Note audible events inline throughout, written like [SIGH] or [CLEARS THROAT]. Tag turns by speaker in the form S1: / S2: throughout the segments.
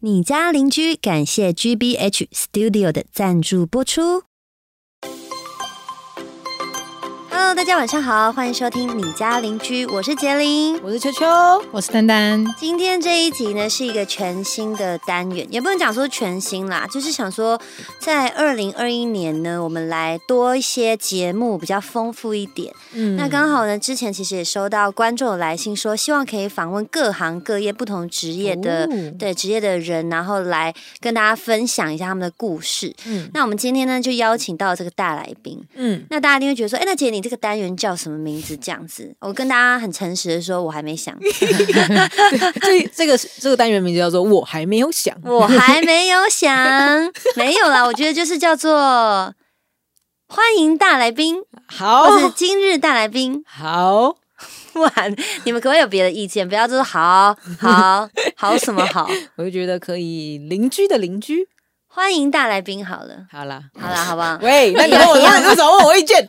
S1: 你家邻居感谢 GBH Studio 的赞助播出。Hello，大家晚上好，欢迎收听《你家邻居》，我是杰林。
S2: 我是秋秋，我是丹丹。
S1: 今天这一集呢是一个全新的单元，也不能讲说全新啦，就是想说在二零二一年呢，我们来多一些节目，比较丰富一点。
S2: 嗯
S1: 那刚好呢，之前其实也收到观众的来信说，希望可以访问各行各业不同职业的、
S2: 哦
S1: 对职业的人，然后来跟大家分享一下他们的故事。
S2: 嗯
S1: 那我们今天呢，就邀请到这个大来宾，
S3: [LAUGHS]
S2: 嗯，
S1: 那大家一定会觉得说，哎、那姐你这个单元叫什么名字？这样子，我跟大家很诚实的说，我还没
S2: [LAUGHS]
S1: 想，
S2: 这这个这个单元名字叫做“我还没有想啊
S1: 我还没有想， [LAUGHS] 没有啦。我觉得就是叫做欢迎大来宾，”，
S2: 好
S1: 或是今日大来宾。
S2: 好，
S1: [LAUGHS] 不然你们可不可以有别的意见？不要就是好好好什么好，
S2: 我就觉得可以邻居的邻居，
S1: 欢迎大来宾好了，
S2: 好啦。
S1: 好啦，好不
S2: [LAUGHS]
S1: 好？
S2: 喂，那你问
S3: [LAUGHS]
S2: 我，那你为什么问我意见？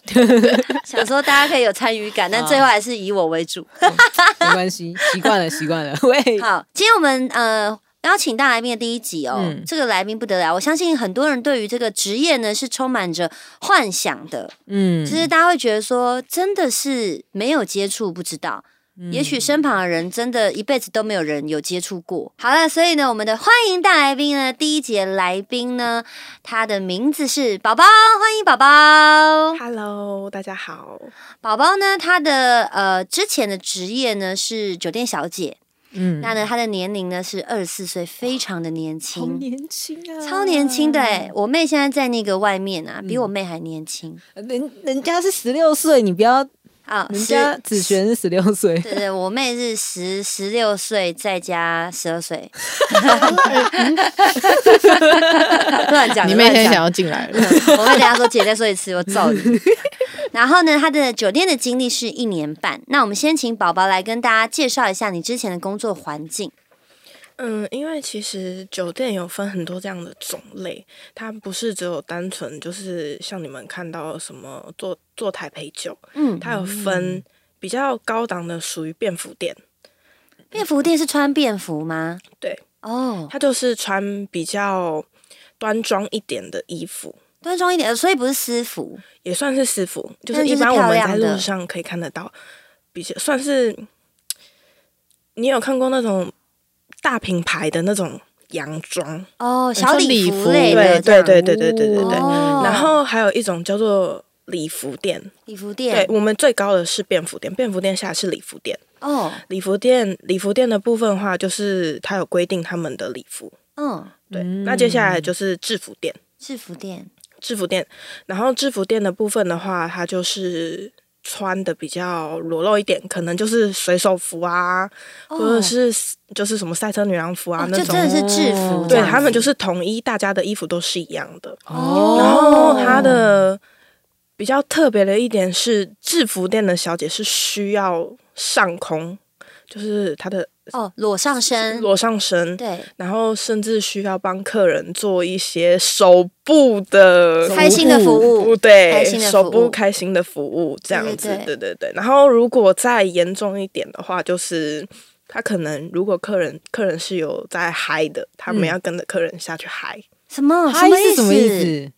S1: 想说大家可以有参与感，但最后还是以我为主。
S2: 没关系，习惯了，习惯了。喂，
S1: 好，今天我们呃邀请大来宾的第一集哦，
S2: 嗯
S1: 这个来宾不得了，我相信很多人对于这个职业呢是充满着幻想的，
S2: 嗯
S1: 其实大家会觉得说真的是没有接触不知道。也许
S2: 嗯
S1: 身旁的人真的一辈子都没有人有接触过。好了，所以呢，我们的欢迎大来宾呢，第一节来宾呢，他的名字是宝宝，欢迎宝宝。
S3: Hello，大家好。
S1: 宝宝呢，他的呃之前的职业呢是酒店小姐，
S2: 嗯
S1: 那呢，他的年龄呢是二十四岁，非常的年
S2: 好
S1: 轻，
S2: 年轻啊，嗯
S1: 超年轻的哎、我妹现在在那个外面啊，比我妹还年轻
S2: 人人家是十六岁，你不要，
S1: 啊，
S2: 人
S1: 十
S2: 家子璇是十六岁，
S1: 对对，我妹是十十六岁，再加十二岁， [LAUGHS] 乱讲的，
S4: 你妹现在
S1: 乱讲
S4: 想要进来了，
S1: 的。我妹等一下说姐再说一次，我揍你。然后呢，她的酒店的经历是一年半。那我们先请宝宝来跟大家介绍一下你之前的工作环境。
S3: 嗯，因为其实酒店有分很多这样的种类，它不是只有单纯就是像你们看到的什么坐坐台陪酒，
S1: 嗯，
S3: 它有分比较高档的属于便服店，
S1: 便服店是穿便服吗？
S3: 对，
S1: 哦，
S3: 它就是穿比较端庄一点的衣服，
S1: 端庄一点，所以不是私服。
S3: 也算是私服，就
S1: 但
S3: 是一
S1: 就是
S3: 般我
S1: 漂
S3: 们
S1: 亮
S3: 在
S1: 的
S3: 路上可以看得到，比较算是你有看过那种大品牌的那种洋装。
S1: 哦，小礼
S4: 礼
S1: 服
S4: 服
S1: 类的
S3: 对
S1: 这样，
S3: 对对对对对对对。
S1: 哦
S3: 然后还有一种叫做礼服店，
S1: 礼服
S3: 对
S1: 店，
S3: 我们最高的是便服店，便服店下是礼服店。
S1: 哦，
S3: 礼服店礼服店的部分的话，就是它有规定他们的礼服。
S1: 嗯，
S3: 对，
S2: 嗯
S3: 那接下来就是制服店，
S1: 制服店，
S3: 制服店，然后制服店的部分的话，它就是。穿的比较裸露一点，可能就是水手服啊，
S1: 哦
S3: 或者是就是什么赛车女郎服啊、
S1: 哦
S3: 那
S1: 就
S3: 种
S1: 真，的是制服这
S3: 对
S1: 样子，
S3: 他们就是统一，大家的衣服都是一样的。
S1: 哦
S3: 然后它的比较特别的一点是，制服店的小姐是需要上空，就是她的
S1: 哦裸上身，
S3: 裸上身，
S1: 对，
S3: 然后甚至需要帮客人做一些手部的
S2: 呃
S1: 开心的服务，开
S3: 对
S1: 心的服务
S3: 手部开心的服务这样子，
S1: 对
S3: 对对对。然后如果再严重一点的话，就是。他可能如果客人客人是有在嗨的，他们
S2: 嗯
S3: 要跟着客人下去嗨，
S1: 哦什么
S2: 嗨是什么意
S1: 思？
S2: 思？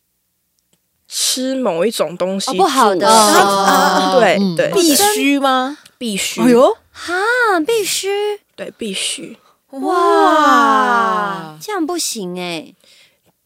S3: 吃某一种东西
S1: 哦不好的
S3: 做啊
S4: 哦
S1: 哎
S3: 对
S4: 嗯
S3: 对，
S2: 必须吗？
S3: 必须
S2: 哎呦，
S1: 哈，必须
S3: 对，必须。
S1: 哇，这样不行哎，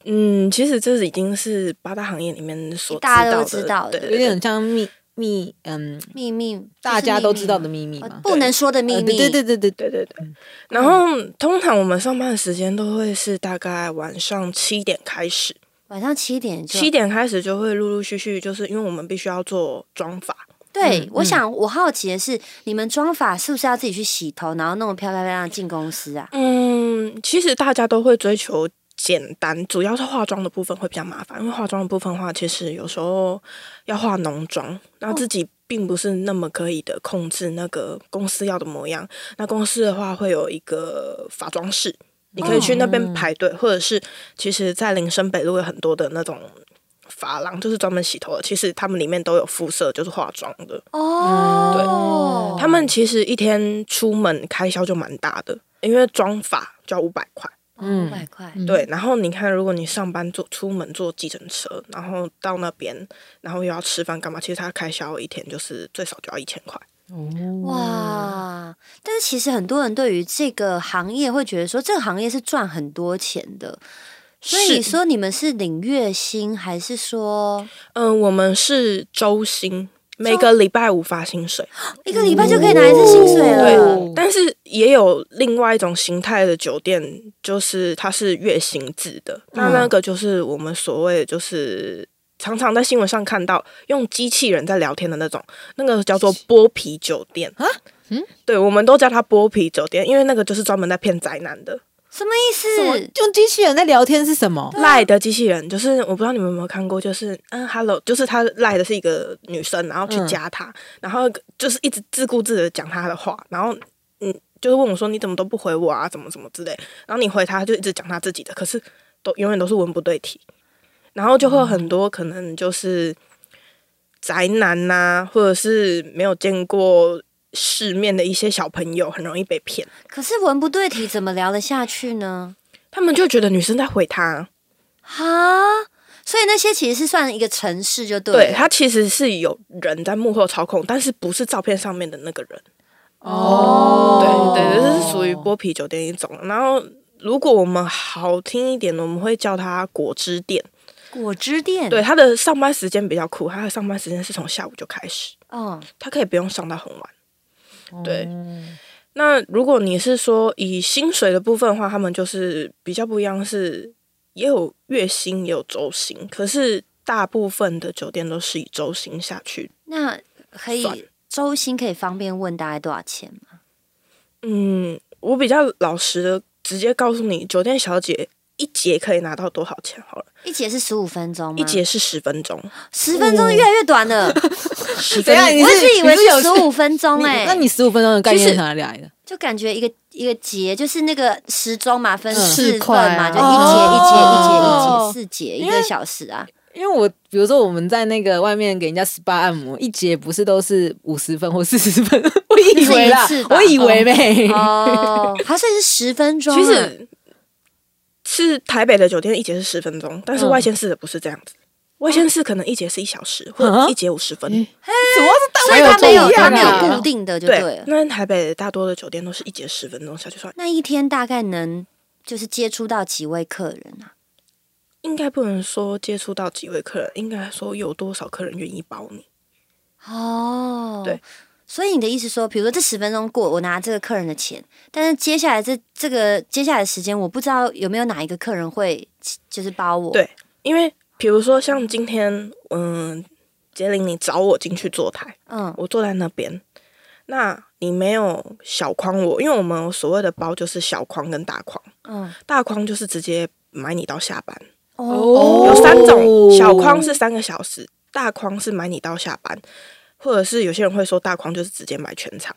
S3: 嗯，其实这已经是八大行业里面所知
S1: 大家
S3: 道
S1: 都
S3: 的，
S1: 知道的
S3: 对
S2: 有
S3: 对对
S2: 点像秘密，嗯，
S1: 秘密，
S2: 大家都知道的
S1: 秘
S2: 秘密
S1: 密
S2: 嘛
S1: 吗，。哦不能说的秘
S2: 呃
S1: 密，
S2: 对对对对对，
S3: 对对对。然后通常我们上班的时间都会是大概晚上七点开始，
S1: 晚上七点就
S3: 七点开始就会陆陆续续，就是因为我们必须要做妆发。
S1: 对
S2: 嗯，
S1: 我
S2: 嗯
S1: 想我好奇的是，你们妆发是不是要自己去洗头，然后弄得漂漂亮亮进公司啊？
S3: 嗯，其实大家都会追求简单，主要是化妆的部分会比较麻烦，因为化妆的部分的话，其实有时候要化浓妆，那自己并不是那么可以的控制那个公司要的模样。那公司的话会有一个化妆室，你可以去那边排队，或者是其实，在林森北路有很多的那种。发廊就是专门洗头的，其实他们里面都有肤色，就是化妆的。
S2: 嗯
S1: 哦，
S3: 他们其实一天出门开销就蛮大的，因为妆发就要五百块。
S1: 五百块，
S2: 嗯
S3: 对，然后你看，如果你上班坐出门坐计程车，然后到那边，然后又要吃饭干嘛？其实他开销一天就是最少就要一千块。
S1: 哦哇！但是其实很多人对于这个行业会觉得说，这个行业是赚很多钱的。所以你说你们是领月薪，还是说
S3: 嗯，我们是周薪，每个礼拜五发薪水。
S1: 一个礼拜就可以拿一次薪水了？
S2: 哦
S3: 对，但是也有另外一种形态的酒店，就是它是月薪制的。
S2: 嗯
S3: 那那个就是我们所谓就是。常常在新闻上看到用机器人在聊天的那种，那个叫做剥皮酒店
S2: 啊，嗯，
S3: 对，我们都叫它剥皮酒店，因为那个就是专门在骗宅男的。
S1: 什么意
S2: 什么
S1: 思？
S2: 用机器人在聊天是什么？
S3: 赖的机器人，就是我不知道你们有没有看过，就是嗯，hello，就是他赖的是一个女生，然后去加他，然后就是一直自顾自的讲他的话，然后嗯，就是问我说你怎么都不回我啊，怎么怎么之类，然后你回他就一直讲他自己的，可是都永远都是文不对题，然后就会有很多可能就是宅男呐、或者是没有见过世面的一些小朋友，很容易被骗，
S1: 可是文不对题，怎么聊得下去呢？
S3: 他们就觉得女生在回他，
S1: 哈，所以那些其实是算一个城市就对了。
S3: 对他其实是有人在幕后操控，但是不是照片上面的那个人。
S2: 哦
S3: 对对，这是属于剥皮酒店一种。然后如果我们好听一点，我们会叫它果汁店。
S1: 果汁店，
S3: 对，，它的上班时间比较酷，它的上班时间是从下午就开始，
S1: 嗯，
S3: 它可以不用上到很晚。对。
S1: 哦
S3: 那如果你是说以薪水的部分的话，他们就是比较不一样是，也有月薪也有周薪，可是大部分的酒店都是以周薪下去
S1: 那可
S3: 算
S1: 以周薪可以方便问大概多少钱吗？
S3: 嗯，我比较老实的，直接告诉你，酒店小姐一节可以拿到多少钱好了，
S1: 一节是十五分钟吗？
S3: 一节是十分钟，
S1: 十分钟越来越短了，
S3: 十
S2: 怎
S3: 分
S2: 样你
S1: 我一直以为
S2: 你是有
S1: 是十五分钟
S2: 你
S1: 哎、
S2: 那你十五分钟的概
S3: 其
S2: 念
S3: 实
S2: 是哪里来的？
S1: 就感觉一个一个节就是那个时钟嘛，分嗯四
S4: 四
S1: 份
S4: 块
S1: 嘛，
S4: 啊
S1: 就一
S2: 哦
S1: 节一节一节一节四节
S2: 因
S1: 一
S2: 为
S1: 个小时
S2: [LAUGHS]
S1: 啊，
S2: 因为我比如说我们在那个外面给人家 SPA 按摩，一节不是都是五十分或四十分？ [LAUGHS] 我以为啦
S1: 是一次，吧
S2: 我以为呗。
S1: 哦，好像是十分钟啊，
S3: 其实是台北的酒店一节是十分钟，但是外县市的不是这样子。外县市可能一节是一小时，或
S2: 啊
S3: 者一节五十分。
S4: 诶
S2: 怎么是单
S1: 所以
S2: 位
S1: 它没有
S2: 不一
S1: 它
S2: 样
S1: 没有
S2: 啊
S1: 固定的就对
S3: 对
S1: 了，。
S3: 那台北大多的酒店都是一节十分钟下去算，
S1: 那一天大概能就是接触到几位客人啊？
S3: 应该不能说接触到几位客人，应该说有多少客人愿意包你。
S1: 哦，
S3: 对。
S1: 所以你的意思说，比如说这十分钟过，我拿这个客人的钱，但是接下来这这个接下来的时间，我不知道有没有哪一个客人会就是包我。
S3: 对因为比如说像今天，嗯，杰林你找我进去坐台，
S1: 嗯，
S3: 我坐在那边，那你没有小框我，因为我们有所谓的包就是小框跟大框，
S1: 嗯，
S3: 大框就是直接买你到下班，
S1: 哦，
S3: 有三种，小框是三个小时，大框是买你到下班，或者是有些人会说大框就是直接买全场，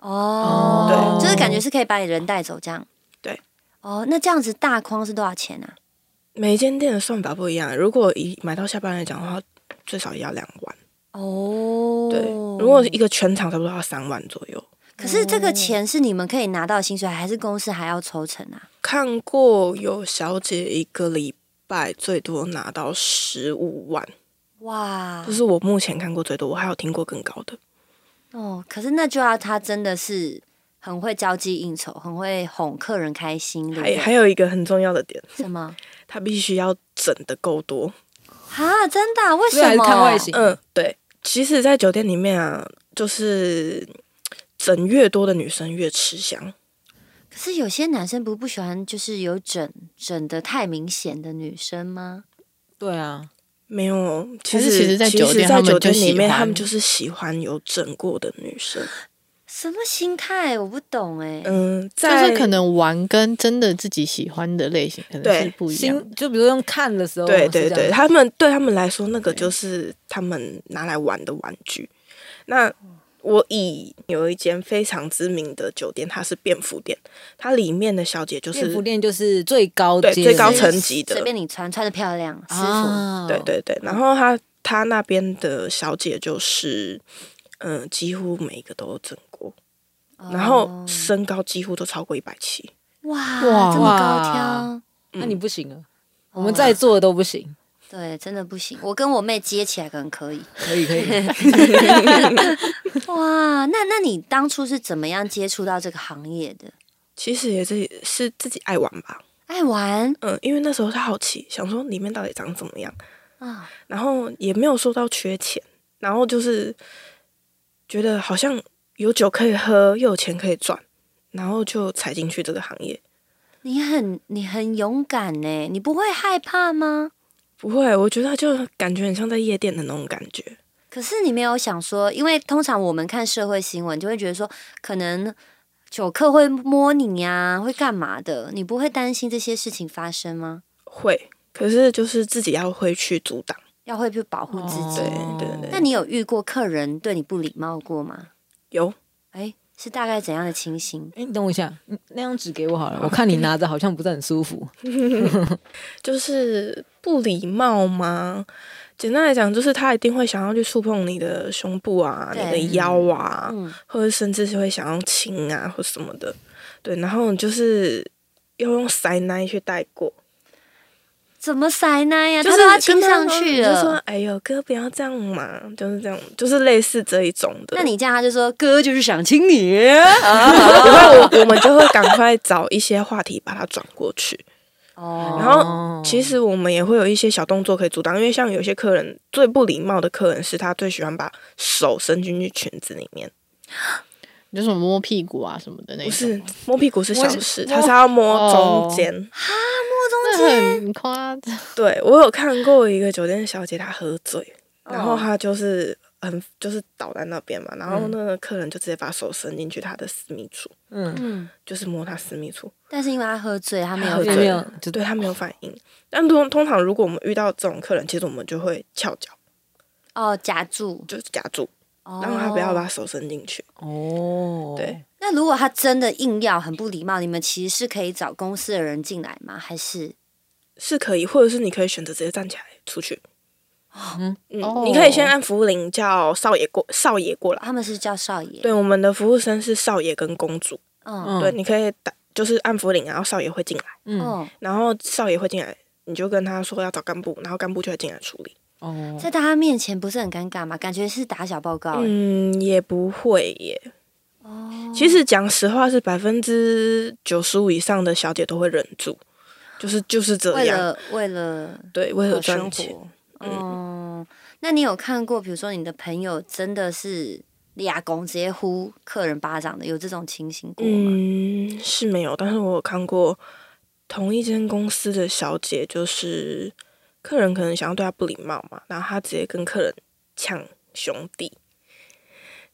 S1: 哦，
S3: 对
S1: 就是感觉是可以把你人带走这样。
S3: 对。
S1: 哦，那这样子大框是多少钱啊？
S3: 每一间店的算法不一样，如果以买到下班来讲的话，最少也要两万，
S1: 哦，
S3: 对，如果一个全场差不多要三万左右。
S1: 可是这个钱是你们可以拿到的薪水，还是公司还要抽成啊？
S3: 看过有小姐一个礼拜最多拿到十五万，
S1: 哇
S3: 这，是我目前看过最多，我还有听过更高的。
S1: 哦，可是那就要他真的是很会交际应酬，很会哄客人开心，对不
S3: 还
S1: 对
S3: 还有一个很重要的点，
S1: 什么？
S3: 她必须要整的够多。
S1: 啊，真的啊、为
S2: 所以还
S1: 什
S2: 是
S1: 么？
S2: 看外形
S3: 嗯，对。其实，在酒店里面啊，就是整越多的女生越吃香。
S1: 可是有些男生不不喜欢，就是有整整的太明显的女生吗？
S2: 对啊，
S3: 没有，其
S4: 还
S3: 实
S4: 是其实在酒店
S3: 其实在
S4: 他们
S3: 酒
S4: 就
S3: 店里面，
S4: 喜欢
S3: 他们就是喜欢有整过的女生。
S1: 什么心态？我不懂哎、
S3: 嗯，
S4: 就
S3: 在
S4: 是可能玩跟真的自己喜欢的类型可能
S3: 对
S4: 是不一样的。
S2: 心就比如说用看的时候，
S3: 对
S2: 哦是这
S3: 对
S2: 样
S3: 对，他们对他们来说，那个就是他们拿来玩的玩具。那我以有一间非常知名的酒店，它是便服店，它里面的小姐就
S2: 便
S3: 是
S2: 服店就是最高
S3: 对
S2: 阶
S3: 最
S2: 的
S3: 高层级的
S1: 随便你穿，穿的漂亮，师傅、
S2: 啊，
S3: 对对对，然后他他那边的小姐就是，嗯、
S2: 哦
S3: 几乎每一个都有整过，然后身高几乎都超过一百七，
S1: 哦哇，
S4: 哇
S1: 这么高挑，
S3: 嗯
S2: 那你不行啊，
S1: 哦
S2: 我们在座的都不行。
S1: 对，真的不行。我跟我妹接起来可能可以。
S2: 可以可 [LAUGHS]
S3: [LAUGHS]
S2: 以，
S1: 哇，那那你当初是怎么样接触到这个行业的？
S3: 其实也是是自己爱玩吧，
S1: 爱玩
S3: 嗯，因为那时候是好奇，想说里面到底长怎么样，
S1: 啊、
S3: 然后也没有说到缺钱，然后就是觉得好像有酒可以喝，又有钱可以赚，然后就踩进去这个行业。
S1: 你很你很勇敢呢，你不会害怕吗？
S3: 不会，我觉得就感觉很像在夜店的那种感觉。
S1: 可是你没有想说，因为通常我们看社会新闻就会觉得说，可能酒客会摸你呀、会干嘛的？你不会担心这些事情发生吗？
S3: 会，可是就是自己要会去阻挡。
S1: 要会去保护自己。
S3: 对对对
S2: 哦
S1: 那你有遇过客人对你不礼貌过吗？
S3: 有， [LAUGHS]
S1: 哎，是大概怎样的情形？
S2: 哎，你等我一下，你那张纸给我好了，我看你拿着好像不是很舒服。
S3: 就是不礼貌吗？简单来讲，就是他一定会想要去触碰你的胸部啊、你
S1: 对
S3: 的腰啊，
S1: 嗯，
S3: 或者甚至是会想要亲啊或什么的。对，然后就是要用塞奶去带过，
S1: 怎么塞奶呀、
S3: 就
S1: 他
S3: 是
S1: 都要
S3: 跟
S1: 亲
S3: 他
S1: 上
S3: 说
S1: 去
S3: 你就说
S1: 了。：“
S3: 哎呦哥，不要这样嘛。”就是这样，就是类似这一种的。
S1: 那你这样，他就说哥就是想亲你。 [LAUGHS]
S3: 然后我我们就会赶快找一些话题把它转过去。
S1: 哦，
S3: [LAUGHS] 然后其实我们也会有一些小动作可以阻挡，因为像有些客人最不礼貌的客人是他最喜欢把手伸进去裙子里面，
S4: 你就什么摸屁股啊什么的那
S3: 不
S4: 种，
S3: 是摸屁股是小事，
S4: 摸
S3: 他是要摸
S1: 哦
S3: 中间。
S4: 那很夸张。
S3: 对我有看过一个酒店小姐，她喝醉，
S1: 哦
S3: 然后她就是很就是倒在那边嘛，然后那个客人就直接把手伸进去她的私密处，
S2: 嗯，
S1: 嗯，
S3: 就是摸她私密处，
S1: 但是因为他喝醉，他没有
S3: 喝
S2: 有
S3: 醉
S1: 反
S2: 没
S1: 应
S2: 有就
S3: 对她没有反应。但通通常如果我们遇到这种客人，其实我们就会翘脚，
S1: 哦夹住，
S3: 就是夹住，
S1: 哦
S3: 让她不要把手伸进去。
S2: 哦，
S3: 对，
S1: 那如果他真的硬要很不礼貌，你们其实是可以找公司的人进来吗？还是
S3: 是可以，或者是你可以选择直接站起来出去。
S2: 嗯
S3: 嗯，
S4: 哦
S3: 你可以先按服务铃叫少爷过少爷过来。
S1: 他们是叫少爷？
S3: 对，我们的服务生是少爷跟公主。
S1: 嗯，
S2: 嗯
S3: 对，你可以打就是按服务铃，然后少爷会进来，
S2: 嗯
S1: 哦，
S3: 然后少爷会进来，你就跟他说要找干部，然后干部就会进来处理。
S2: 哦，
S1: 在大家面前不是很尴尬吗？感觉是打小报告。哦欸
S3: 嗯，也不会耶。其实讲实话是百分之九十五以上的小姐都会忍住，就是就是这
S1: 为
S3: 样。
S1: 了为了
S3: 对，为了赚
S1: 生
S3: 钱，
S1: 活。
S3: 嗯
S1: 哦，那你有看过，比如说你的朋友真的是俩公直接呼客人巴掌的，有这种情形过吗？
S3: 嗯，是没有，但是我有看过同一间公司的小姐，就是客人可能想要对她不礼貌嘛，然后她直接跟客人呛兄弟，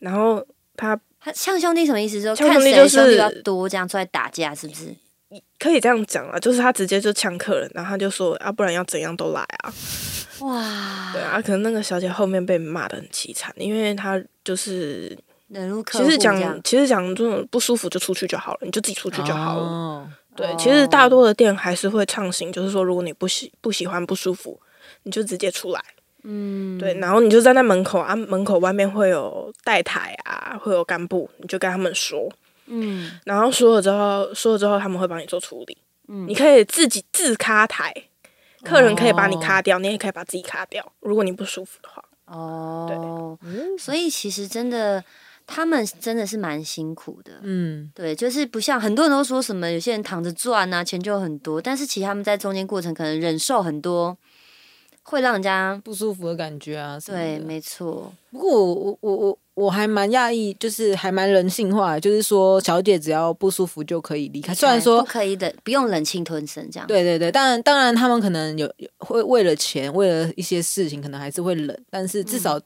S3: 然后她
S1: 他呛兄弟什么意思？说
S3: 呛
S1: 看
S3: 兄弟
S1: 谁
S3: 就
S1: 兄弟
S3: 是
S1: 比较多，这样出来打架是不是？
S3: 可以这样讲啊，就是她直接就呛客人，然后她就说啊，不然要怎样都来啊，
S1: 哇
S3: 对，啊，可能那个小姐后面被骂的很凄惨，因为她就是
S1: 冷入客
S3: 其
S1: 户
S3: 实
S1: 这
S3: 讲
S1: 样，
S3: 其实讲这种不舒服就出去就好了，你就自己出去就好了。
S2: 了。
S3: 对，
S1: 哦
S3: 其实大多的店还是会畅行，就是说，如果你不喜不喜欢不舒服，你就直接出来。
S1: 嗯，
S3: 对，然后你就站在门口啊，门口外面会有带台啊，会有干部，你就跟他们说，
S1: 嗯
S3: 然后说了之后，说了之后他们会帮你做处理。
S1: 嗯
S3: 你可以自己自卡台，客人可以把你卡掉，你也可以把自己卡掉，如果你不舒服的话。
S1: 哦，
S2: 嗯
S1: 所以其实真的，他们真的是蛮辛苦的。
S2: 嗯，
S1: 对，就是不像很多人都说什么，有些人躺着赚啊，钱就很多，但是其实他们在中间过程可能忍受很多，会让人家
S2: 不舒服的感觉啊。什么
S1: 对，
S2: 的
S1: 没错，
S2: 不过我我我我我还蛮讶异，就是还蛮人性化的，就是说小姐只要不舒服就可以离开。虽然
S1: 哎
S2: 说
S1: 不可以的，不用冷气吞声这样。
S2: 对对对，当然当然他们可能有有会为了钱，为了一些事情可能还是会冷，但是至
S1: 嗯
S2: 少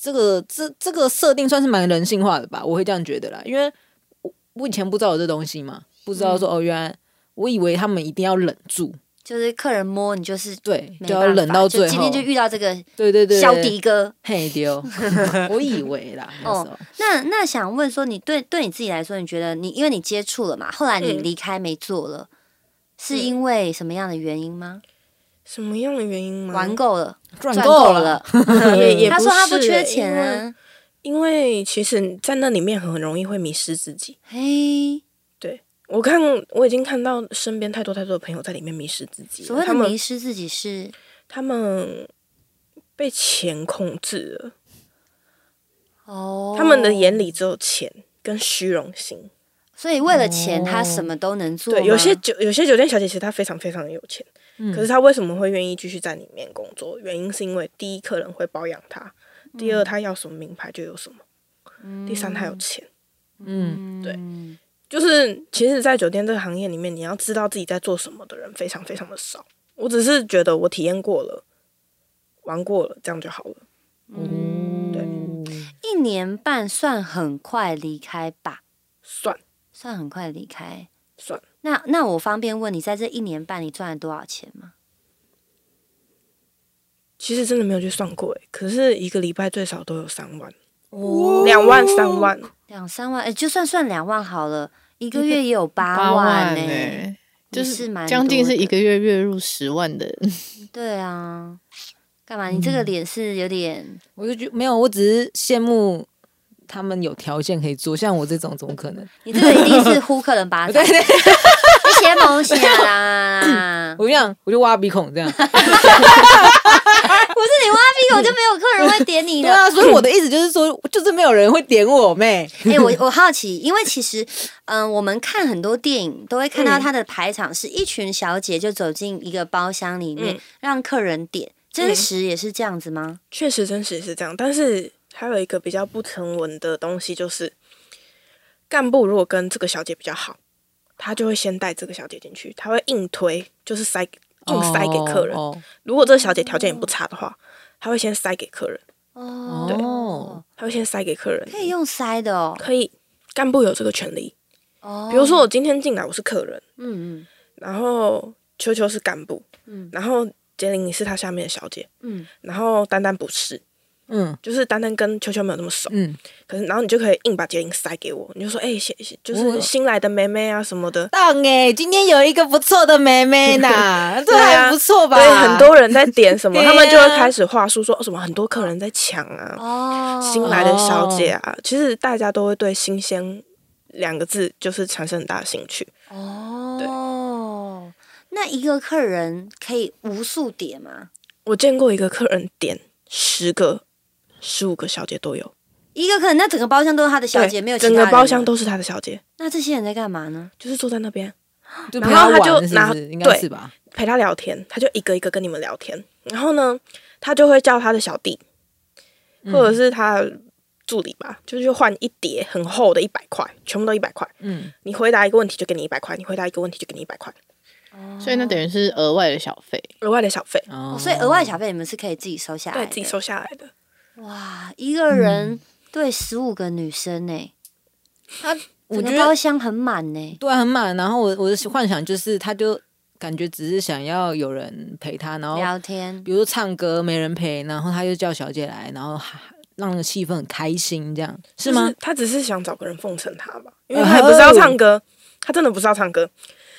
S2: 这个、这这个设定算是蛮人性化的吧，我会这样觉得啦，因为我我以前不知道有这东西嘛，不知道
S1: 嗯
S2: 说、哦原来我以为他们一定要忍住，
S1: 就是客人摸你就是
S2: 对，
S1: 没
S2: 就要
S1: 办法
S2: 忍到最后，
S1: 就今天就遇到这个
S2: 对对对，
S1: 小迪哥。
S2: 嘿
S1: [LAUGHS]
S2: 丢，我以为啦，那时候。
S1: 那那想问说，你对对你自己来说，你觉得你因为你接触了嘛，后来你
S3: 嗯
S1: 离开没做了，是
S3: 嗯
S1: 因为什么样的原因吗？
S3: 什么样的原
S2: 嗯
S3: 因吗？
S1: 玩够了，
S2: 赚
S1: 赚
S2: 够
S1: 了。
S3: [LAUGHS] 也
S1: [LAUGHS]
S3: 也
S1: 他
S3: 不
S1: 说他不
S3: 是
S1: 缺
S3: 欸
S1: 钱啊，哎
S3: 因为因为其实，在那里面很容易会迷失自己。
S1: 嘿，
S3: 对，我看我已经看到身边太多太多的朋友在里面迷失自己了，
S1: 所谓
S3: 他
S1: 的迷
S3: 们
S1: 失自己是
S3: 他们被钱控制了，
S1: 哦，
S3: 他们的眼里只有钱跟虚荣心。
S1: 所以为了钱，
S4: 哦
S1: 他什么都能做吗。
S3: 对，有些酒有些酒店小姐其实她非常非常的有钱，
S2: 嗯
S3: 可是她为什么会愿意继续在里面工作？原因是因为第一客人会包养她，第二她要什么名牌就有什么，
S1: 嗯
S3: 第三她有钱。
S2: 嗯，
S3: 对就是其实，在酒店这个行业里面，你要知道自己在做什么的人非常非常的少。我只是觉得我体验过了，玩过了，这样就好了。
S2: 嗯
S1: 一年半算很快离开吧，
S3: 算
S1: 算很快离开。
S3: 算，
S1: 那那我方便问你，在这一年半你赚了多少钱吗？
S3: 其实真的没有去算过诶，可是一个礼拜最少都有三万、
S2: 哦
S3: 两万、三万。
S1: 两三万，哎、就算算两万好了，一个月也有
S3: [LAUGHS]
S1: 八万呢、
S4: 欸就
S1: 也是
S4: 是
S1: 蛮
S4: 将近
S1: 多
S4: 是
S1: 的
S4: 一个月月入十万的，
S1: 对
S3: [LAUGHS]
S1: 啊，干嘛？你
S3: 嗯
S1: 这个脸是有点
S2: 我就觉没有，我只是羡慕他们有条件可以做，像我这种怎么可能？ [LAUGHS]
S1: 你这个一定是呼客人
S3: [LAUGHS]
S1: 巴掌，对对，邪蒙邪啦！
S2: 我就想，我就挖鼻孔 [LAUGHS] 这
S1: [LAUGHS]
S2: 样。
S1: 不是你挖鼻孔就没有客人会点你
S3: [LAUGHS]
S2: 对
S1: 了。
S2: 啊，所以我的意思就是说，就是没有人会点我 [LAUGHS] 妹。
S1: 哎、我我好奇，因为其实，嗯，我们看很多电影都会看
S3: 嗯
S1: 到它的排场是一群小姐就走进一个包厢里面，
S3: 嗯
S1: 让客人点。真实也是这样子吗？
S3: 确实，真实是这样。但是还有一个比较不成文的东西，就是干部如果跟这个小姐比较好，他就会先带这个小姐进去，他会硬推，就是塞硬塞给客人。
S2: 哦
S3: 如果这个小姐条件也不差的话，她会先塞给客人，
S1: 哦，
S3: 她会先塞给客人。
S1: 可以用塞的哦。
S3: 可以，干部有这个权利。
S1: 哦，
S3: 比如说，我今天进来，我是客人，
S1: 嗯，嗯
S3: 然后秋秋是干部，
S1: 嗯
S3: 然后杰玲你是她下面的小姐，
S1: 嗯
S3: 然后丹丹不是，
S2: 嗯
S3: 就是丹丹跟秋秋没有那么熟，
S2: 嗯，
S3: 可是然后你就可以硬把杰玲塞给我，你就说，哎、谢谢，就是
S2: 哦
S3: 新来的妹妹啊什么的。
S2: 当哎，今天有一个不错的妹妹 [LAUGHS] 呐，这
S3: 对
S2: 还
S3: 啊
S2: 不错吧？
S3: 对，很多人在点
S1: [LAUGHS]
S3: 什么，
S2: 对啊
S3: 他们就会开始话术说哦什么很多客人在抢啊，
S1: 哦，
S3: 新来的小姐啊，其实大家都会对“新鲜”两个字就是产生很大的兴趣。
S1: 哦，那一个客人可以无数点吗？
S3: 我见过一个客人点十个、十五个小姐都有，
S1: 一个客人，那整个包厢都是他的小姐，
S3: 对
S1: 没有其他
S3: 整个
S1: 人
S3: 包厢
S1: 了。
S3: 都是他的小姐，
S1: 那这些人在干嘛呢？
S3: 就是坐在那边
S2: 就
S3: 然
S2: 陪她
S3: 后她
S2: 玩
S3: 就
S2: 的是不
S3: 拿
S2: 是应该
S3: 对
S2: 是吧？
S3: 陪他聊天，他就一个一个跟你们聊天。然后呢，他就会叫他的小弟或者是他的助理吧，就是换一叠很厚的一百块，全部都一百块。
S2: 嗯，
S3: 你回答一个问题就给你一百块，你回答一个问题就给你一百块，
S4: 所以那等于是额外的小费。
S3: 额外的小费，
S2: 哦
S1: 哦所以额外小费你们是可以自己收下来
S3: 对
S1: 的，
S3: 自己收下来的。
S1: 哇，一个
S2: 嗯
S1: 人对十五个女生呢、
S2: 她我
S1: 整
S2: 觉
S1: 个
S2: 得
S1: 包厢很满呢、
S2: 对啊，很满。然后我我的幻想就是，他就感觉只是想要有人陪他，然后
S1: 聊天
S2: 比如说唱歌没人陪，然后他就叫小姐来，然后哈让那个气氛很开心，这样是
S3: 就
S2: 吗？
S3: 他只是想找个人奉承他吧，因为他也不是要唱歌，他真的不是要唱歌，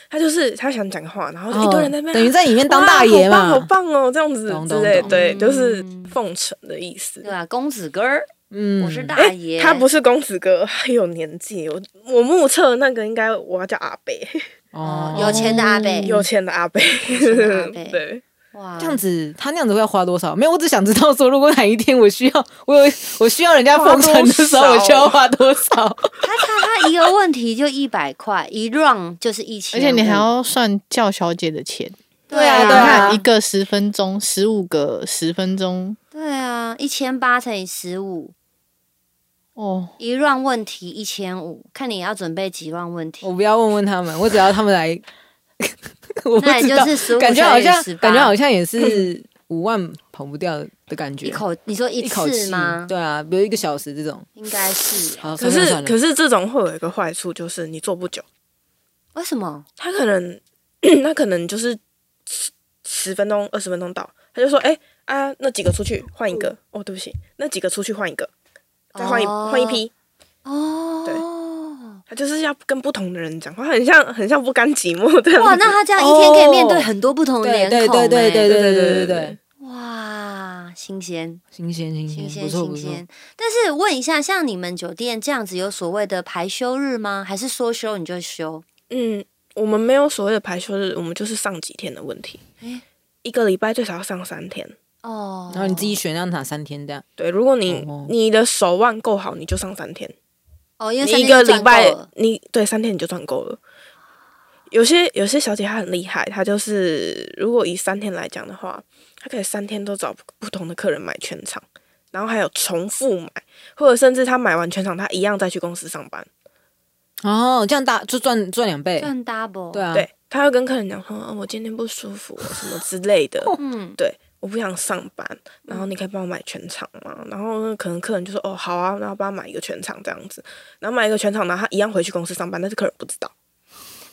S3: 他就是他想讲话，然后就一堆人哦在那边、
S2: 哦等于在里面当 [LAUGHS] 大爷
S3: 哇好
S2: 嘛，
S3: 棒好棒哦，这样子
S2: 懂
S3: 之
S2: 懂
S3: 类，
S2: 懂
S3: 对，就是奉承的意思
S1: 对。啊，公子哥儿，
S2: 嗯，
S1: 我是大爷，
S3: 哎他不是公子哥，他有年纪，我我目测那个应该我要叫阿贝，
S2: 哦
S1: 有钱的阿贝，
S3: 有钱的阿贝，
S1: 嗯钱的阿伯
S3: [LAUGHS] 对，
S1: 哇，
S2: 这样子，他那样子会要花多少？没有，我只想知道说，如果哪一天我需要我有我需要人家奉承的时候，我
S3: 花多少
S2: 需要花多少？
S1: 他他他一个问题就一百块，一 round 就是一千，
S4: 而且你还要算叫小姐的钱，
S1: 对啊
S2: 对
S4: 你
S2: 啊
S4: 看一个十分钟，十五个十分钟，
S1: 对啊，一千八乘以十五，
S4: 哦，
S1: 一 round 问题一千五，看你要准备几 round 问题
S2: [LAUGHS] 我。不要问问他们，我只要他们来， [LAUGHS] 我不
S1: 那也
S2: 知
S1: 就
S2: 道，
S1: 是十五
S2: 感觉好像
S1: 十八，
S2: 感觉好像也 [COUGHS] 是五万跑不掉的感觉，
S1: 一口，你说一
S2: 一口
S1: 次
S2: 气
S1: 吗？
S2: 对啊，比如一个小时这种。
S1: 应该是。
S2: 好，
S3: 可
S2: 哦算了
S3: 是
S2: 算了
S3: 可是这种会有一个坏处，就是你做不久，
S1: 为什么？
S3: 他可能 [CLEARS THROAT] 他可能就是十十分钟、二十分钟到，他就说：“哎、啊，那几个出去换一个。哦，对不起，那几个出去换一个，再换一
S1: 哦
S3: 换、一批。
S1: 哦，
S3: 对他就是要跟不同的人讲话，很像很像不甘寂寞这样子。
S1: 哇，那他这样一天可以面对很多不同的
S2: 对
S1: 脸
S2: 哦对
S1: 孔、欸，
S2: 对对对对对对
S3: 对
S2: 对，
S1: 哇，新鲜，
S2: 新鲜
S1: 新
S2: 新鲜，
S1: 鲜，
S2: 不错
S1: 新
S2: 不错。
S1: 鲜。但是问一下，像你们酒店这样子有所谓的排休日吗？还是说休你就休？
S3: 嗯，我们没有所谓的排休日，我们就是上几天的问题
S1: 诶。
S3: 一个礼拜最少要上三天。
S1: 哦，
S2: 然后你自己选要哪三天这样，
S3: 对，如果你
S2: 哦
S3: 你的手腕够好，你就上三天。
S1: 哦，因为
S3: 你
S1: 三
S3: 一
S1: 天
S3: 个
S1: 就
S3: 礼
S1: 赚
S3: 拜
S1: 够了，
S3: 你对三天你就赚够了。有些有些小姐她很厉害，她就是如果以三天来讲的话，她可以三天都找不同的客人买全场，然后还有重复买，或者甚至她买完全场，她一样再去公司上班。
S2: 哦，这样大就赚赚两倍，
S1: 赚 double，
S2: 对，啊，
S3: 对，她会跟客人讲说、哦：“我今天不舒服，什么之类的。”
S1: 嗯，
S3: 对，我不想上班，然后你可以帮我买全场嘛？然后呢可能客人就说哦好啊，然后帮他买一个全场这样子，然后买一个全场，然后他一样回去公司上班，但是客人不知道，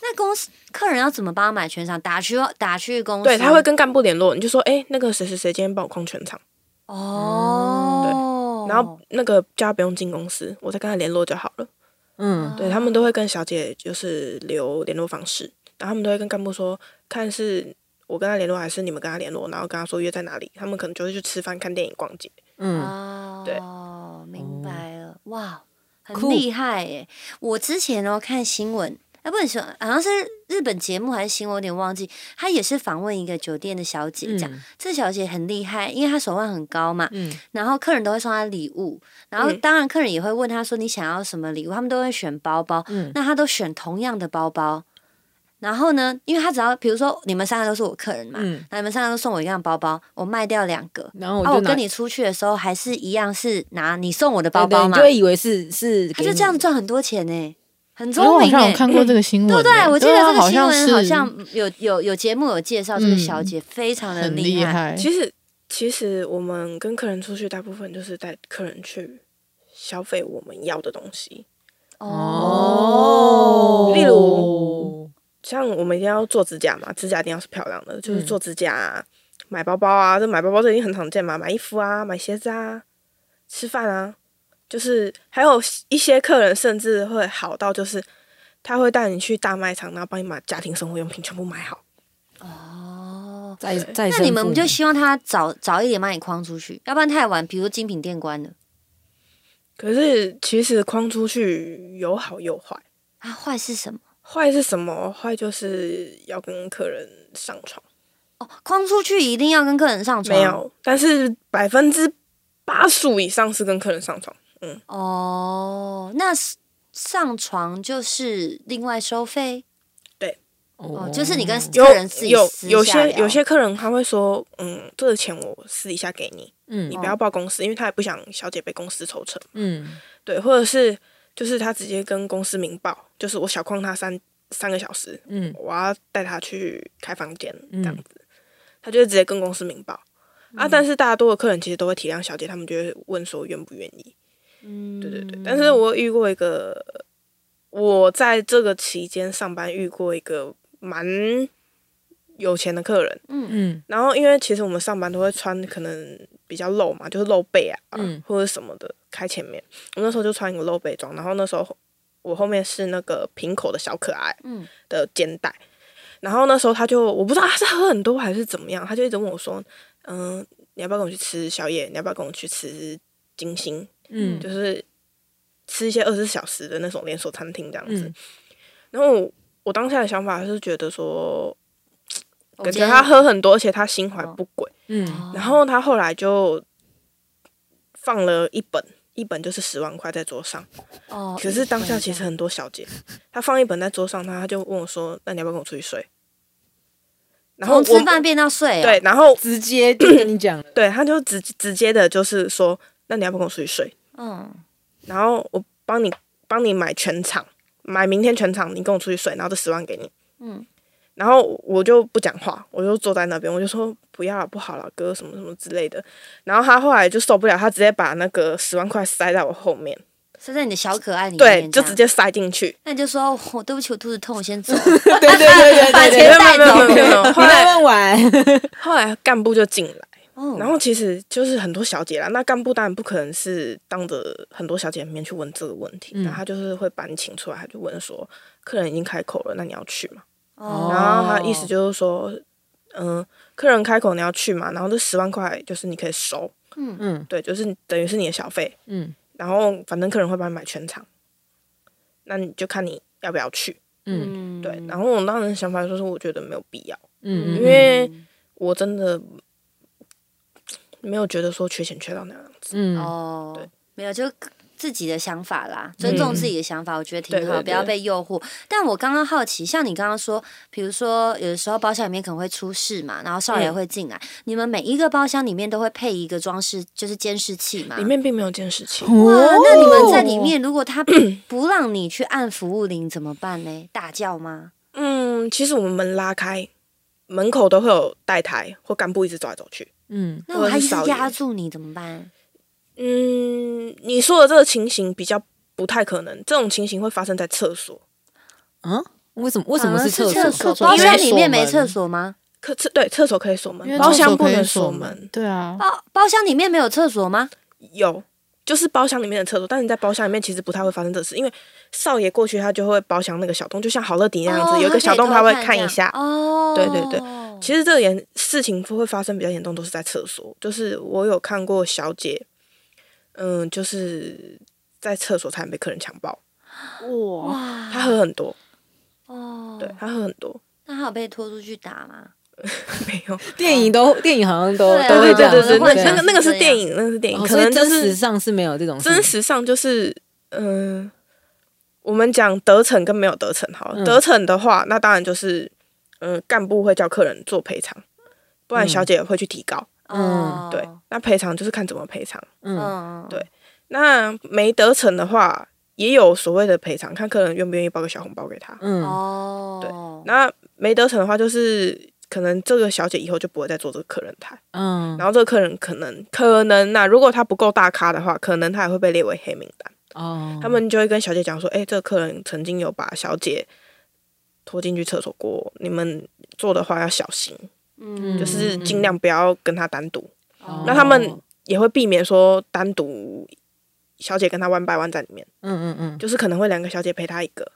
S1: 那公司客人要怎么帮他买全场？打去打去公司，
S3: 对，他会跟干部联络，你就说哎那个谁谁谁今天帮我空全场，
S1: 哦，
S3: 嗯然后那个叫他不用进公司，我再跟他联络就好了。
S1: 哦
S2: 嗯，
S3: 对他们都会跟小姐就是留联络方式，然后他们都会跟干部说，看是我跟他联络还是你们跟他联络，然后跟他说约在哪里，他们可能就会去吃饭、看电影、逛街。
S2: 嗯，哦
S1: 哦，
S3: 对
S1: 明白了，哇，很
S2: 酷
S1: 厉害耶！我之前哦看新闻，哎，不能说好像是日本节目还是新闻，我有点忘记，他也是访问一个酒店的小姐，这样、
S2: 嗯
S1: 这小姐很厉害，因为她手腕很高嘛，
S2: 嗯
S1: 然后客人都会送她礼物，然后
S3: 嗯
S1: 当然客人也会问她说你想要什么礼物，他们都会选包包，
S2: 嗯
S1: 那她都选同样的包包。然后呢，因为她只要比如说你们三个都是我客人嘛，
S2: 嗯
S1: 那你们三个都送我一样包包，我卖掉两个，
S2: 然后我
S1: 啊，
S2: 就
S1: 我
S2: 拿
S1: 跟你出去的时候还是一样是拿你送我的
S2: 对
S1: 包
S2: 对
S1: 包
S2: 你
S1: 嘛
S2: 就，会以为是是，
S1: 他就这样，赚很多钱呢、欸很
S4: 可是我
S1: 聪
S4: 好
S1: 明
S4: 像
S1: 哎、
S4: 有看过这个新闻
S1: 对不
S4: 耶，
S1: 对？我记得
S4: 啊
S1: 这个
S4: 好
S1: 新
S4: 像
S1: 闻
S4: 是
S1: 好像有有有节目有介绍这个
S4: 嗯
S1: 小姐，非常的
S4: 很
S1: 厉
S4: 厉。害，
S3: 其实，其实我们跟客人出去，大部分就是带客人去消费我们要的东西。
S1: 哦，
S3: 例如像我们一定要做指甲嘛，指甲一定要是漂亮的，就是
S2: 嗯
S3: 做指甲啊、买包包啊，这买包包这已经很常见嘛，买衣服啊，买鞋子啊，吃饭啊，就是还有一些客人甚至会好到就是。他会带你去大卖场，然后帮你把家庭生活用品全部买好。
S1: 哦，
S2: 再再
S1: 那你们就希望他早早一点把你框出去，要不然太晚，比如精品店关了
S3: 可是其实框出去有好有坏，
S1: 啊，坏是什么？
S3: 坏是什么？坏就是要跟客人上床。
S1: 哦，框出去一定要跟客人上床，
S3: 没有，但是百分之八十五以上是跟客人上床。
S1: 哦，那是上床就是另外收费。哦，就是你跟
S3: 有
S1: 客人自己
S3: 有
S1: 私
S3: 有
S1: 下
S3: 些
S1: 聊
S3: 有些客人他会说，嗯，这个钱我私底下给你，
S1: 哦
S2: 嗯
S3: 你不要报公司，因为他也不想小姐被公司抽成。
S2: 嗯
S3: 对，或者是就是他直接跟公司明报，就是我小旷他三三个小时，
S2: 嗯
S3: 我要带他去开房间这
S2: 嗯
S3: 样子，他就会直接跟公司明报。
S1: 嗯
S3: 啊，但是大多的客人其实都会体谅小姐，他们就会问说愿不愿意。
S1: 嗯，
S3: 对对对，但是我遇过一个，我在这个期间上班遇过一个蛮有钱的客人，
S2: 嗯
S3: 然后因为其实我们上班都会穿可能比较露嘛，就是露背啊，
S2: 嗯
S3: 或者什么的开前面，我那时候就穿一个露背装，然后那时候我后面是那个平口的小可爱
S1: 嗯
S3: 的肩带，然后那时候他就我不知道他是喝很多还是怎么样，他就一直问我说，嗯、你要不要跟我去吃宵夜？你要不要跟我去吃金星？
S2: 嗯
S3: 就是吃一些二十四小时的那种连锁餐厅这样子。
S2: 嗯
S3: 然后我我当下的想法是觉得说，
S1: 我
S3: 感
S1: 今
S3: 觉
S1: 天哦
S3: 他喝很多，而且他心怀不轨。
S2: 嗯
S3: 然后他后来就放了一本，一本就是十万块在桌上。
S1: 哦，
S3: 可是当下其实很多小姐，她放一本在桌上，她她就问我说：“那你要不要跟我出去睡？”然后
S1: 从
S3: 我
S1: 吃饭变到睡、哦，
S3: 对，，然后
S2: 直接就跟你讲了，
S3: 对，他就直直接的就是说：“那你要不要跟我出去睡？”
S1: 嗯，
S3: 然后我帮你帮你买全场，买明天全场，你跟我出去睡，然后这十万给你。
S1: 嗯，
S3: 然后我就不讲话，我就坐在那边，我就说不要了，不好了，哥什么什么之类的。然后他后来就受不了，他直接把那个十万块塞在我后面，
S1: 是在你的小可爱里面，
S3: 对，就直
S1: 这样。
S3: 接塞进去。
S1: 那你就说，我、对不起，我肚子痛，我先走。
S2: 对对
S1: [LAUGHS]
S2: 对
S1: 把
S2: 对
S1: 钱
S2: 对，
S1: 带
S3: 没有没
S1: 走
S3: 有没有
S2: [LAUGHS]
S3: 没有没有。
S2: 你
S3: 后来
S2: 问完，
S3: 后来干部就进来， [LAUGHS]
S1: 哦，
S3: 然后其实就是很多小姐啦，那干部当然不可能是当着很多小姐面去问这个问题，
S2: 嗯
S3: 然后他就是会把你请出来，他就问说客人已经开口了，那你要去吗？
S1: 哦，
S3: 然后他意思就是说，嗯、客人开口你要去嘛，然后这十万块就是你可以收，
S1: 嗯，
S2: 嗯
S3: 对，就是等于是你的小费，
S2: [LAUGHS] 嗯
S3: 然后反正客人会帮你买全场，那你就看你要不要去。
S2: 嗯
S1: 嗯，
S3: 对，然后我当时想法就是，我觉得没有必要，
S2: 嗯嗯
S3: 因为我真的没有觉得说缺钱缺到那样子。
S2: 嗯嗯
S1: 哦
S3: 对，
S1: 没有就。自己的想法啦，尊重自己的想法，我觉得挺好，
S3: 对对对
S1: 不要被诱惑。但我刚刚好奇，像你刚刚说，比如说有的时候包厢里面可能会出事嘛，然后少爷
S3: 嗯
S1: 会进来，你们每一个包厢里面都会配一个装饰，就是监视器嘛？
S3: 里面并没有监视器，
S1: 哇，那你们在里面，如果他
S3: [CLEARS THROAT]
S1: 不让你去按服务铃怎么办呢？大叫吗？
S3: 嗯，其实我们门拉开，门口都会有带台或干部一直走来走去。
S2: 嗯
S1: 那我还一直
S3: 或者是少爷
S1: 压住你怎么办？
S3: 嗯，你说的这个情形比较不太可能，这种情形会发生在厕所。
S2: 啊，为什么为什么
S1: 反而
S2: 是厕
S1: 啊厕所？
S2: 所？
S4: 厕所
S1: 包
S4: 因为
S1: 厢里面没
S4: 锁门
S1: 厕所吗？
S3: 可厕对厕所可以锁
S4: 因为
S3: 门，包
S4: 厕所
S3: 厢不
S4: 可以
S3: 能
S4: 锁
S3: 锁门。
S4: 对啊，
S1: 包哦包厢里面没有厕所吗？
S3: 有，就是包厢里面的厕所，但是你在包厢里面其实不太会发生这事，因为少爷过去他就会包厢那个小洞，就像好乐迪那样子，
S1: 哦
S3: 有一个小洞
S1: 他
S3: 他
S1: 可以
S3: 会
S1: 偷
S3: 看一下
S1: 这。样哦，
S3: 对对对其实这个严事情会发生比较严重，都是在厕所。就是我有看过小姐，嗯，就是在厕所差点被客人强暴，
S4: 哇，
S1: 哇，
S3: 她喝很多，
S1: 啊哦，
S3: 嗯对，她喝很多， [LAUGHS]
S1: 那他有被拖出去打吗？
S3: 没有，
S2: 电影都电影好像都
S1: 对啊
S2: 都会
S3: 对
S2: 这样，
S3: 对对
S1: 我的
S3: 对，
S1: 幻
S3: 那
S1: 想
S3: 那
S1: 是
S3: 个那
S1: 这
S3: 个是
S1: 样
S3: 电影，那个是电影，
S2: 哦
S3: 可
S2: 所以
S3: 能就
S2: 真实
S3: 是
S2: 上是没有这种事
S3: 真实上就是，嗯、我们讲得逞跟没有得逞好了，
S2: 嗯
S3: 得逞的话，那当然就是，嗯、干部会叫客人做赔偿，不然小姐会去提高。
S2: 嗯
S1: 哦
S3: 对，那赔偿就是看怎么赔偿。
S2: 嗯
S1: 嗯，
S3: 对那没得逞的话，也有所谓的赔偿，看客人愿不愿意包个小红包给他。
S2: 嗯
S1: 哦，
S3: 那没得逞的话，就是可能这个小姐以后就不会再做这个客人台，
S2: 嗯
S3: 然后这个客人可能可能呐、如果他不够大咖的话，可能他也会被列为黑名单。
S2: 哦，
S3: 他们就会跟小姐讲说，哎、这个客人曾经有把小姐拖进去厕所过，你们做的话要小心，
S1: 嗯，
S3: 就是
S2: 嗯
S3: 尽量不要跟他单独，
S1: 哦
S3: 那他们也会避免说单独小姐跟他 one by one 在里面，
S2: 嗯嗯嗯
S3: 就是可能会两个小姐陪他一个，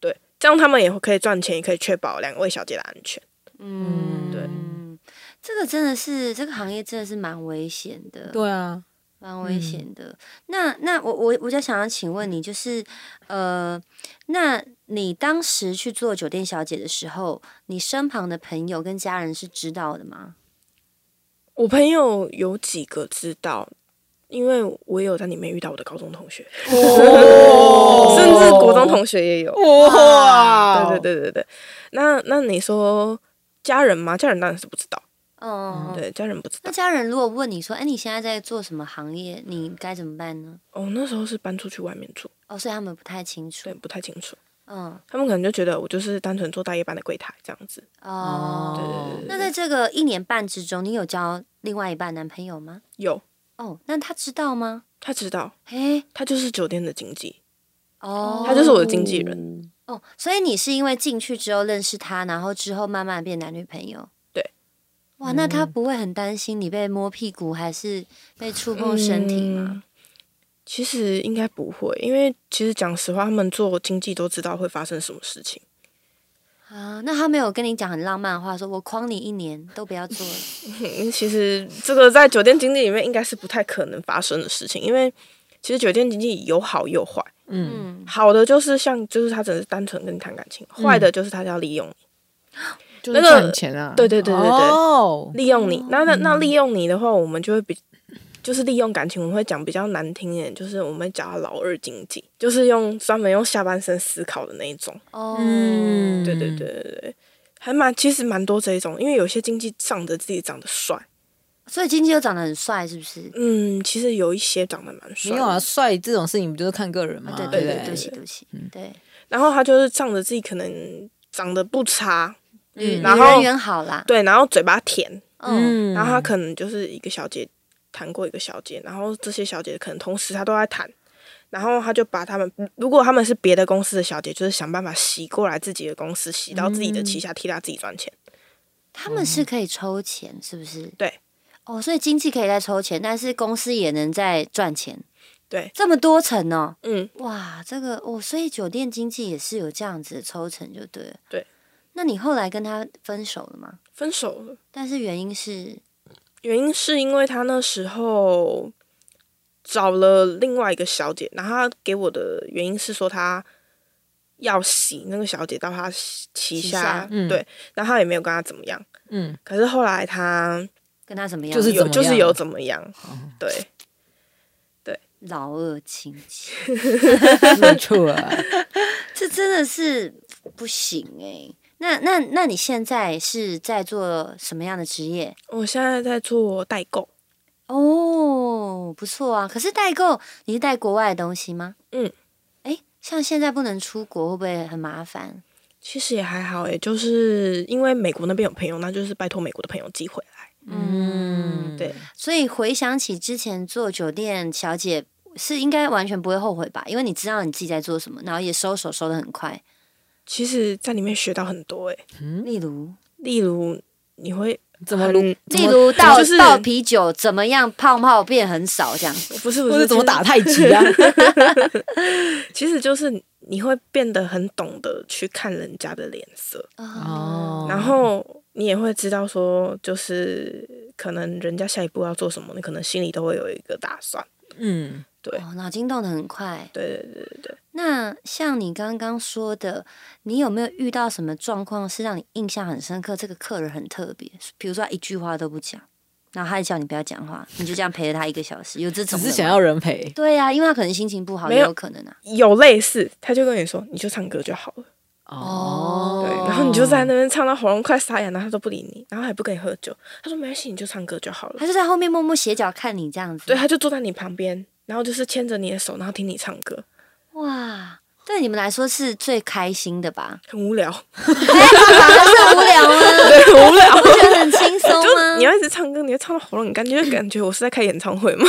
S3: 对，这样他们也会可以赚钱，也可以确保两位小姐的安全。
S1: 嗯，
S3: 对
S1: 嗯。这个真的是，这个行业真的是蛮危险的，
S2: 对啊，
S1: 蛮
S3: 嗯
S1: 危险的。那那我我我就想要请问你，就是呃，那你当时去做酒店小姐的时候，你身旁的朋友跟家人是知道的吗？
S3: 我朋友有几个知道，因为我也有在里面遇到我的高中同学，
S2: 哦
S3: 甚至国中同学也有。
S2: 哇
S3: 对对对对对，那那你说家人吗？家人当然是不知道，
S1: 嗯，
S3: 对，家人不知道
S1: 那。家人如果问你说：“哎，你现在在做什么行业？你该怎么办呢
S3: 哦，那时候是搬出去外面住，？”
S1: 哦，所以他们不太清楚
S3: 对，。不太清楚。
S1: 嗯，
S3: 他们可能就觉得我就是单纯做大夜班的柜台这样子。
S1: 哦，
S2: 对
S1: 那在这个一年半之中，你有交另外一半男朋友吗？
S3: 有，
S1: 哦，那他知道吗？
S3: 他知道，
S1: 哎，
S3: 他就是酒店的经济，
S1: 哦，
S3: 他就是我的经纪人。
S1: 哦，所以你是因为进去之后认识他，然后之后慢慢变男女朋友。
S3: 对。
S1: 哇，那他不会很担心你被摸屁股，还是被触碰身体吗？
S3: 嗯其实应该不会，因为其实讲实话，他们做经济都知道会发生什么事 [LAUGHS] 情。
S1: 啊，那他没有跟你讲很浪漫的话，说我诓你一年都不要做了。
S3: 嗯其实这个在酒店经济里面应该是不太可能发生的事情，因为其实酒店经济有好有坏。
S1: [LAUGHS]
S2: 嗯
S1: 嗯，
S3: 好的就是像就是他只是单纯跟你谈感情，
S2: 嗯
S3: 坏的就是他要利用你。
S4: 就是
S3: 那个
S4: 赚钱啊，
S3: 对对对对对，嗯
S2: 哦
S3: 利用你。那那那利用你的话，我们就会比就是利用感情，我们会讲比较难听一点，就是我们叫他老二经济，就是用专门用下半身思考的那一种。
S1: 哦，
S2: 嗯
S3: 对对对对对，还蛮其实蛮多这一种，因为有些经济仗着自己长得帅，
S1: 所以经纪又长得很帅，是不是？
S3: 嗯，其实有一些长得蛮帅
S2: 没
S3: 的。
S2: 有啊，帅这种事情不就是看个人
S1: 啊
S2: 嘛，，
S1: 对
S2: 对
S1: 对对，对
S2: 不
S1: 不
S2: 对
S1: 起对不起，对，
S3: 然后他就是仗着自己可能长得不差，
S1: 女
S3: 然
S1: 女
S3: 后
S1: 人缘好啦，
S3: 对，然后嘴巴甜，
S1: 嗯，
S2: 嗯
S3: 然后他可能就是一个小姐谈过一个小姐，然后这些小姐可能同时他都在谈，然后他就把他们，如果他们是别的公司的小姐，就是想办法洗过来自己的公司，洗到自己
S2: 嗯
S3: 的旗下，替他自己赚钱。
S1: 他们是可以抽钱，是不是？
S3: 对。
S1: 哦，所以经纪可以再抽钱，但是公司也能再赚钱。
S3: 对
S1: 这么多层哦，
S3: 嗯，
S1: 哇，这个哦，所以酒店经纪也是有这样子的抽成，就对了。
S3: 对。
S1: 那你后来跟他分手了吗？
S3: 分手了，
S1: 但是原因是，
S3: 原因是因为他那时候找了另外一个小姐，然后他给我的原因是说他要洗那个小姐到她旗
S1: 旗
S3: 下
S1: 下，
S2: 嗯
S3: 对，然后她也没有跟她怎么样。
S2: 嗯，
S3: 可是后来她
S1: 跟他怎么样？
S2: 就是
S3: 有
S2: 怎么样哦
S3: 就是有怎么样，对，
S1: 老二亲戚，
S2: 没错啊，
S1: 这真的是不行哎、那那那你现在是在做什么样的职业？
S3: 我现在在做代购，
S1: 哦，不错啊。可是代购，你是带国外的东西吗？
S3: 嗯，
S1: 哎，像现在不能出国，会不会很麻烦？
S3: 其实也还好诶，就是因为美国那边有朋友，那就是拜托美国的朋友寄回来。
S1: 嗯，
S3: 对，
S1: 所以回想起之前做酒店小姐，是应该完全不会后悔吧？因为你知道你自己在做什么，然后也收手收的很快。
S3: 其实，在里面学到很多诶，
S1: 嗯例如，
S3: 例如你会
S2: 怎么
S3: 很
S2: 如怎
S1: 例
S2: 么
S1: 如倒、
S3: 就是
S1: 倒啤酒怎么样，泡泡变很少这样。
S3: 不是不
S2: 或
S3: 是
S2: 者怎么
S3: 就是
S2: 打太极
S3: [LAUGHS]
S2: 啊？
S3: 其实就是你会变得很懂得去看人家的脸色，
S1: 哦，
S3: 然后你也会知道说，就是可能人家下一步要做什么，你可能心里都会有一个打算。
S2: 嗯，
S3: 对
S1: 哦脑筋动得很快。
S3: 对对对对对，
S1: 那像你刚刚说的，你有没有遇到什么状况是让你印象很深刻？这个客人很特别，比如说他一句话都不讲，然后他还叫你不要讲话，你就这样陪了他一个小时，有这
S2: 只
S1: 种？
S2: 是想。要人陪，
S1: 对呀、因为他可能心情不好，
S3: 没
S1: 也
S3: 有
S1: 有可能啊。
S3: 有类似，他就跟你说，你就唱歌就好了。
S1: 哦
S3: 对，然后你就在那边唱到喉咙快沙哑，然后他都不理你，然后还不跟你喝酒。他说没关系，你就唱歌就好了
S1: 他。就在后面默默斜角看你这样子。
S3: 对，他就坐在你旁边，然后就是牵着你的手，然后听你唱歌，
S1: 哇，对你们来说是最开心的
S3: [LAUGHS]
S1: 吧？
S3: 很无聊。
S1: 哎，反而是无聊吗？
S3: 对，无聊。
S1: [LAUGHS] 不啊觉得很轻松啊
S3: 就
S1: 吗
S3: 你？要一直唱歌，你要唱到喉咙，你感觉就感觉我是在开演唱会嘛。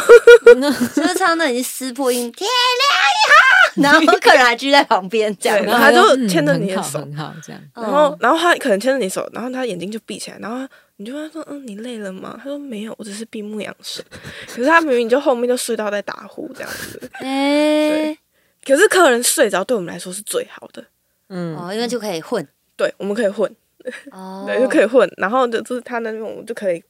S1: 就是唱到已经撕破音，天亮 [LAUGHS] 以后，然后客人还聚在旁边这样
S3: 对。
S2: 还
S3: 然后他
S2: 要
S3: 就牵着你
S2: 嗯
S3: 的
S2: 很好
S3: 手
S2: 很好这样。
S1: 嗯
S3: 然后，然后他可能牵着你手，然后他眼睛就闭起来，然后你就问他说：“嗯，你累了吗？”他说：“没有，我只是闭目养神。”可是他明明就后面就睡到在打呼这样子。
S1: 哎、
S3: 可是客人睡着对我们来说是最好的，
S2: 嗯，
S1: 哦，因为就可以混
S3: 对，我们可以混，
S1: 哦，
S3: [LAUGHS] 对，就可以混。然后就就是他那种，我就可以。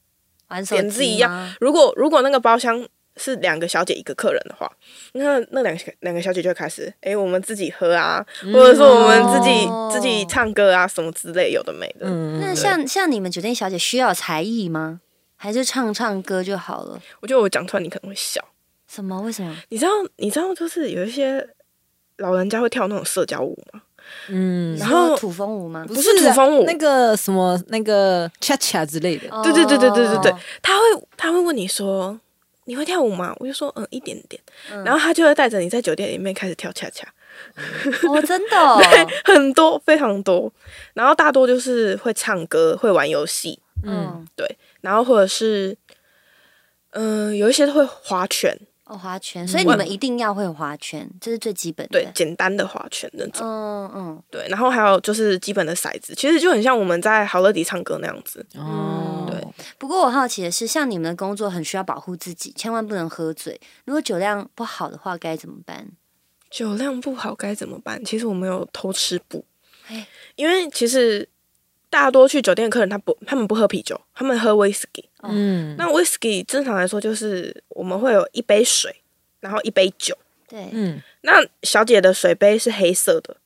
S1: 玩手
S3: 点字一
S1: 机
S3: 样
S1: 吗？
S3: 如果如果那个包厢是两个小姐一个客人的话，那那两个两个小姐就会开始，哎，我们自己喝啊，或者说我们自己、
S1: 嗯哦
S3: 自己唱歌啊，什么之类，有的没的。
S2: 嗯
S1: 那
S2: 嗯
S1: 像像你们酒店小姐需要有才艺吗？还是唱唱歌就好了？
S3: 我觉得我讲出来你可能会笑。
S1: 什么？为什么？
S3: 你知道，你知道，就是有一些老人家会跳那种社交舞吗？
S2: 嗯，
S1: 你
S3: 然后
S1: 说土风舞吗？
S3: 不是土风舞
S2: 那个什么那个恰恰之类的，
S3: [LAUGHS] 对对对对对对对
S1: 哦，
S3: 他会他会问你说你会跳舞吗？我就说嗯一点点，然后他就会带着你在酒店里面开始跳恰恰，
S1: 哦，真的
S3: [LAUGHS]
S1: 哦、
S3: 很多非常多，然后大多就是会唱歌，会玩游戏，
S1: 嗯，
S3: 然后或者是嗯、呃有一些会划拳，
S1: 哦，划拳，所以你们一定要会划拳，这是最基本的。
S3: 嗯对，简单的划拳那种，
S1: 嗯嗯
S3: 对，然后还有就是基本的骰子，其实就很像我们在好乐迪唱歌那样子，
S2: 哦，
S1: 对不过我好奇的是，像你们的工作很需要保护自己，千万不能喝醉。如果酒量不好的话，该怎么办？
S3: 酒量不好该怎么办？其实我们有偷吃补
S1: 哎，
S3: 因为其实大多去酒店的客人，他不，他们不喝啤酒，他们喝 whisky。
S2: 嗯，
S3: 那 whisky 正常来说就是我们会有一杯水，然后一杯酒。
S1: 对，
S2: 嗯
S3: 那小姐的水杯是黑色的，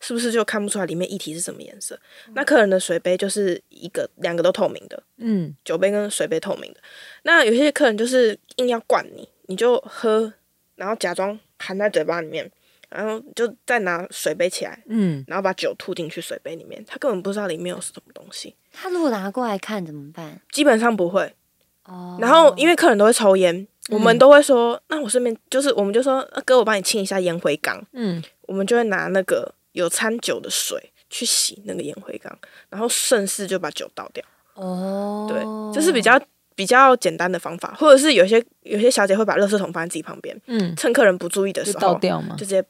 S3: 是不是就看不出来里面液体是什么颜色？那客人的水杯就是一个两个都透明的，
S2: 嗯
S3: 酒杯跟水杯透明的。那有些客人就是硬要灌你，你就喝，然后假装含在嘴巴里面，然后就再拿水杯起来，
S2: 嗯，
S3: 然后把酒吐进去水杯里面，他根本不知道里面有什么东西，
S1: 他如果拿过来看怎么办？
S3: 基本上不会。
S1: 哦，
S3: 然后因为客人都会抽烟，我们都会说，那我顺便就是我们就说，啊哥，我帮你清一下烟灰缸，
S2: 嗯，
S3: 我们就会拿那个有掺酒的水去洗那个烟灰缸，然后顺势就把酒倒掉。
S1: 哦，
S3: 对，这是比较。比较简单的方法，或者是有些有些小姐会把垃圾桶放在自己旁边，
S2: 嗯，
S3: 趁客人不注意的
S2: 就
S3: 时
S2: 倒
S3: 候
S2: 掉嘛
S3: 就，直接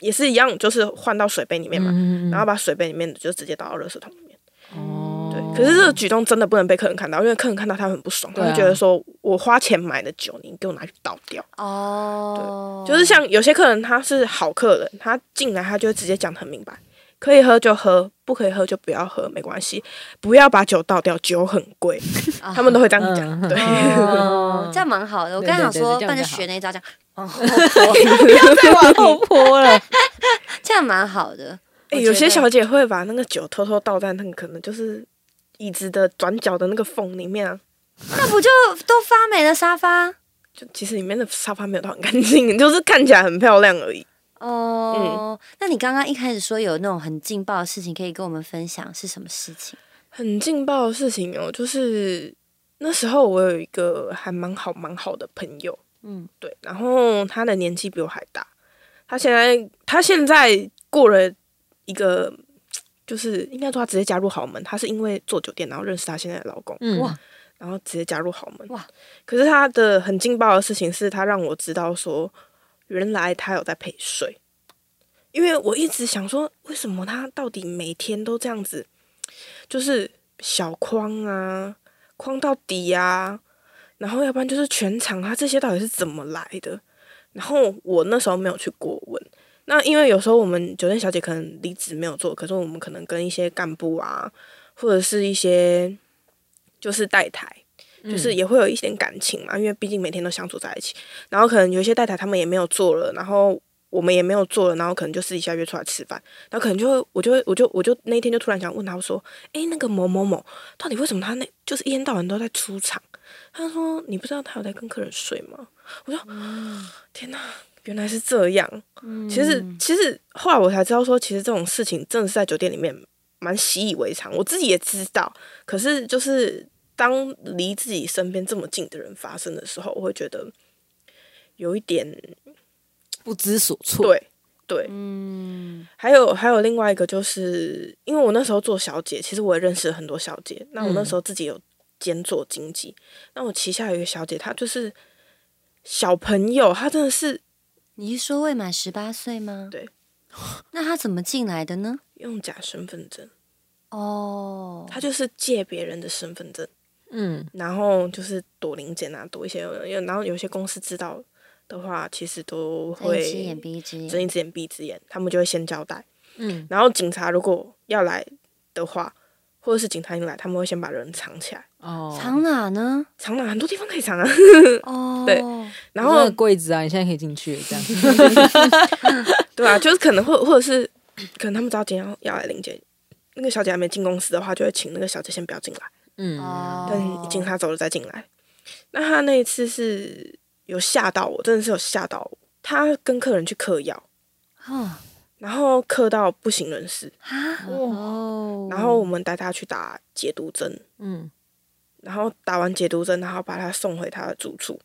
S3: 也是一样，就是换到水杯里面嘛，
S2: 嗯
S3: 然后把水杯里面的就直接倒到垃圾桶里面。
S2: 哦，
S3: 对，可是这个举动真的不能被客人看到，因为客人看到他很不爽，他
S2: 对
S3: 会
S2: 啊
S3: 觉得说我花钱买的酒，你给我拿去倒掉。
S1: 哦，
S3: 就是像有些客人他是好客人，他进来他就会直接讲得很明白，可以喝就喝，不可以喝就不要喝，没关系，不要把酒倒掉，酒很贵，
S1: 啊
S3: 他们都会这样讲。对， [LAUGHS]
S1: 哦，这样蛮好的。我
S2: 对
S1: 刚想
S2: 对对
S1: 说，
S2: 这样
S1: 那就
S2: 比较好哦
S1: 学那一招， [LAUGHS] 这样
S2: [LAUGHS] 不要再往后泼了，
S1: 这样蛮好的。
S2: 我
S3: 哎、有
S2: 觉
S3: 些
S2: 得
S3: 小姐会把那个酒偷偷倒在那个可能就是椅子的转角的那个缝里面啊，
S1: 那不就都发霉了沙发？
S3: 就其实里面的沙发没有到很干净， [LAUGHS] 就是看起来很漂亮而已。
S1: 哦，
S3: 嗯
S1: 那你刚刚一开始说有那种很劲爆的事情，可以跟我们分享是什么事情？
S3: 很劲爆的事情哦，就是那时候我有一个还蛮好蛮好的朋友，
S1: 嗯，
S3: 对，然后他的年纪比我还大，他现在他现在过了一个，就是应该说他直接加入豪门，他是因为做酒店然后认识他现在的老公，
S2: 嗯
S1: 哇
S3: 然后直接加入豪门。
S1: 哇！
S3: 可是他的很劲爆的事情是他让我知道说，原来他有在陪睡，因为我一直想说，为什么他到底每天都这样子，就是小框啊，框到底啊，然后要不然就是全场，啊他这些到底是怎么来的？然后我那时候没有去过问。那因为有时候我们酒店小姐可能离职没有做，可是我们可能跟一些干部啊，或者是一些就是带台，就是也会有一点感情嘛，因为毕竟每天都相处在一起。然后可能有一些代台他们也没有做了，然后我们也没有做了，然后可能就私底下约出来吃饭，然后可能就会，我就会，我就我就那一天就突然想问他说，诶，那个某某某到底为什么他那就是一天到晚都在出场？他说你不知道他有在跟客人睡吗？我说、天哪，原来是这样。其实其实后来我才知道说，其实这种事情真的是在酒店里面蛮习以为常，我自己也知道，可是就是当离自己身边这么近的人发生的时候，我会觉得有一点
S2: 不知所措。
S3: 对对。
S1: 嗯，
S3: 还有还有另外一个就是，因为我那时候做小姐，其实我也认识了很多小姐。那
S1: 嗯
S3: 我那时候自己有兼做经济，那我旗下有一个小姐，她就是小朋友，她真的是
S1: 你是说未满十八岁吗？
S3: 对。
S1: 那他怎么进来的呢？
S3: 用假身份证，
S1: 哦，
S3: 她就是借别人的身份证。
S2: 嗯，
S3: 然后就是躲零检啊，躲一些，然后有些公司知道的话，其实都
S1: 睁
S3: 会
S1: 一只眼闭一只眼，
S3: 睁一只眼闭一只眼，他们就会先交代。
S2: 嗯，
S3: 然后警察如果要来的话，或者是警察一来，他们会先把人藏起来，
S2: 哦，
S1: 藏哪呢？
S3: 藏哪很多地方可以藏啊。
S1: 哦，
S3: 对然
S2: 那
S3: 后
S2: 个柜子啊，你现在可以进去了这
S3: [LAUGHS]
S2: 样。
S3: 对啊，就是可能会或者是可能他们知道今天要要来领检，那个小姐还没进公司的话，就会请那个小姐先不要进来。
S2: 嗯，
S1: 哦，
S3: 等警察走了再进来。那他那一次是有吓到我，真的是有吓到我。他跟客人去嗑药，
S1: 哦
S3: 然后嗑到不省人事，
S1: 啊哦，
S3: 然后我们带他去打解毒针，
S2: 嗯，
S3: 然后打完解毒针，然后把他送回他的住处，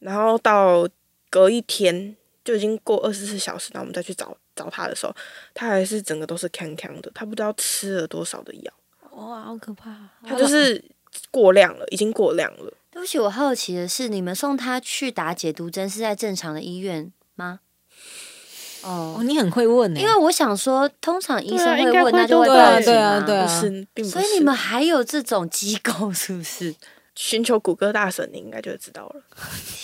S3: 然后到隔一天就已经过二十四小时，然后我们再去找找他的时候，他还是整个都是康康的，他不知道吃了多少的药，
S2: 哇，好可怕！
S3: 他就是过量了，已经过量了。
S1: 对不起，我好奇的是，你们送他去打解毒针是在正常的医院吗？
S2: 哦，
S1: 哦，
S2: 你很会问呢，
S1: 因为我想说，通常医生
S4: 对啊应该
S1: 会问，
S4: 会
S1: 那就会
S4: 都
S2: 对啊，
S1: 报警
S2: 对啊，
S1: 嘛。
S2: 对
S3: 不
S2: 啊
S3: 是，，并不是。
S1: 所以你们还有这种机构是不是？
S3: 寻求谷歌大神，你应该就会知道了。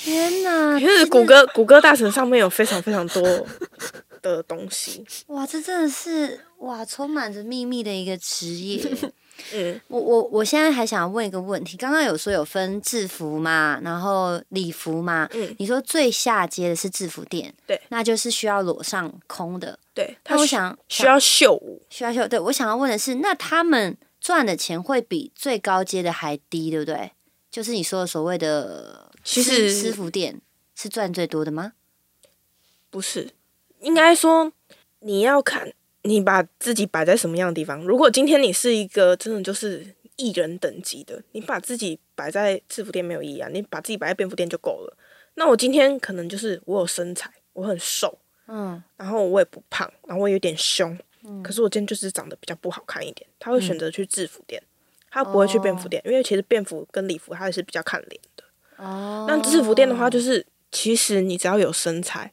S1: 天哪！
S3: 因为谷歌谷歌大神上面有非常非常多的东西，
S1: 哇，这真的是哇，充满着秘密的一个职业。
S3: 嗯，
S1: 我我我现在还想问一个问题，刚刚有说有分制服嘛，然后礼服嘛，
S3: 嗯
S1: 你说最下阶的是制服店，
S3: 对
S1: 那就是需要裸上空的。
S3: 对。
S1: 那我
S3: 需
S1: 想
S3: 需要秀舞，
S1: 需要秀，对我想要问的是，那他们赚的钱会比最高阶的还低，对不对？就是你说的所谓的
S3: 其
S1: 私
S3: 实
S1: 私服店是赚最多的吗？
S3: 不是，应该说你要看你把自己摆在什么样的地方。如果今天你是一个真的就是艺人等级的，你把自己摆在制服店没有意义啊，你把自己摆在便服店就够了。那我今天可能就是我有身材，我很瘦，
S1: 嗯，
S3: 然后我也不胖，然后我有点凶，可是我今天就是长得比较不好看一点，他会
S1: 嗯
S3: 选择去制服店，他不会去便服店，因为其实便服跟礼服它是比较看脸的。
S1: 哦，
S3: 那制服店的话，就是其实你只要有身材，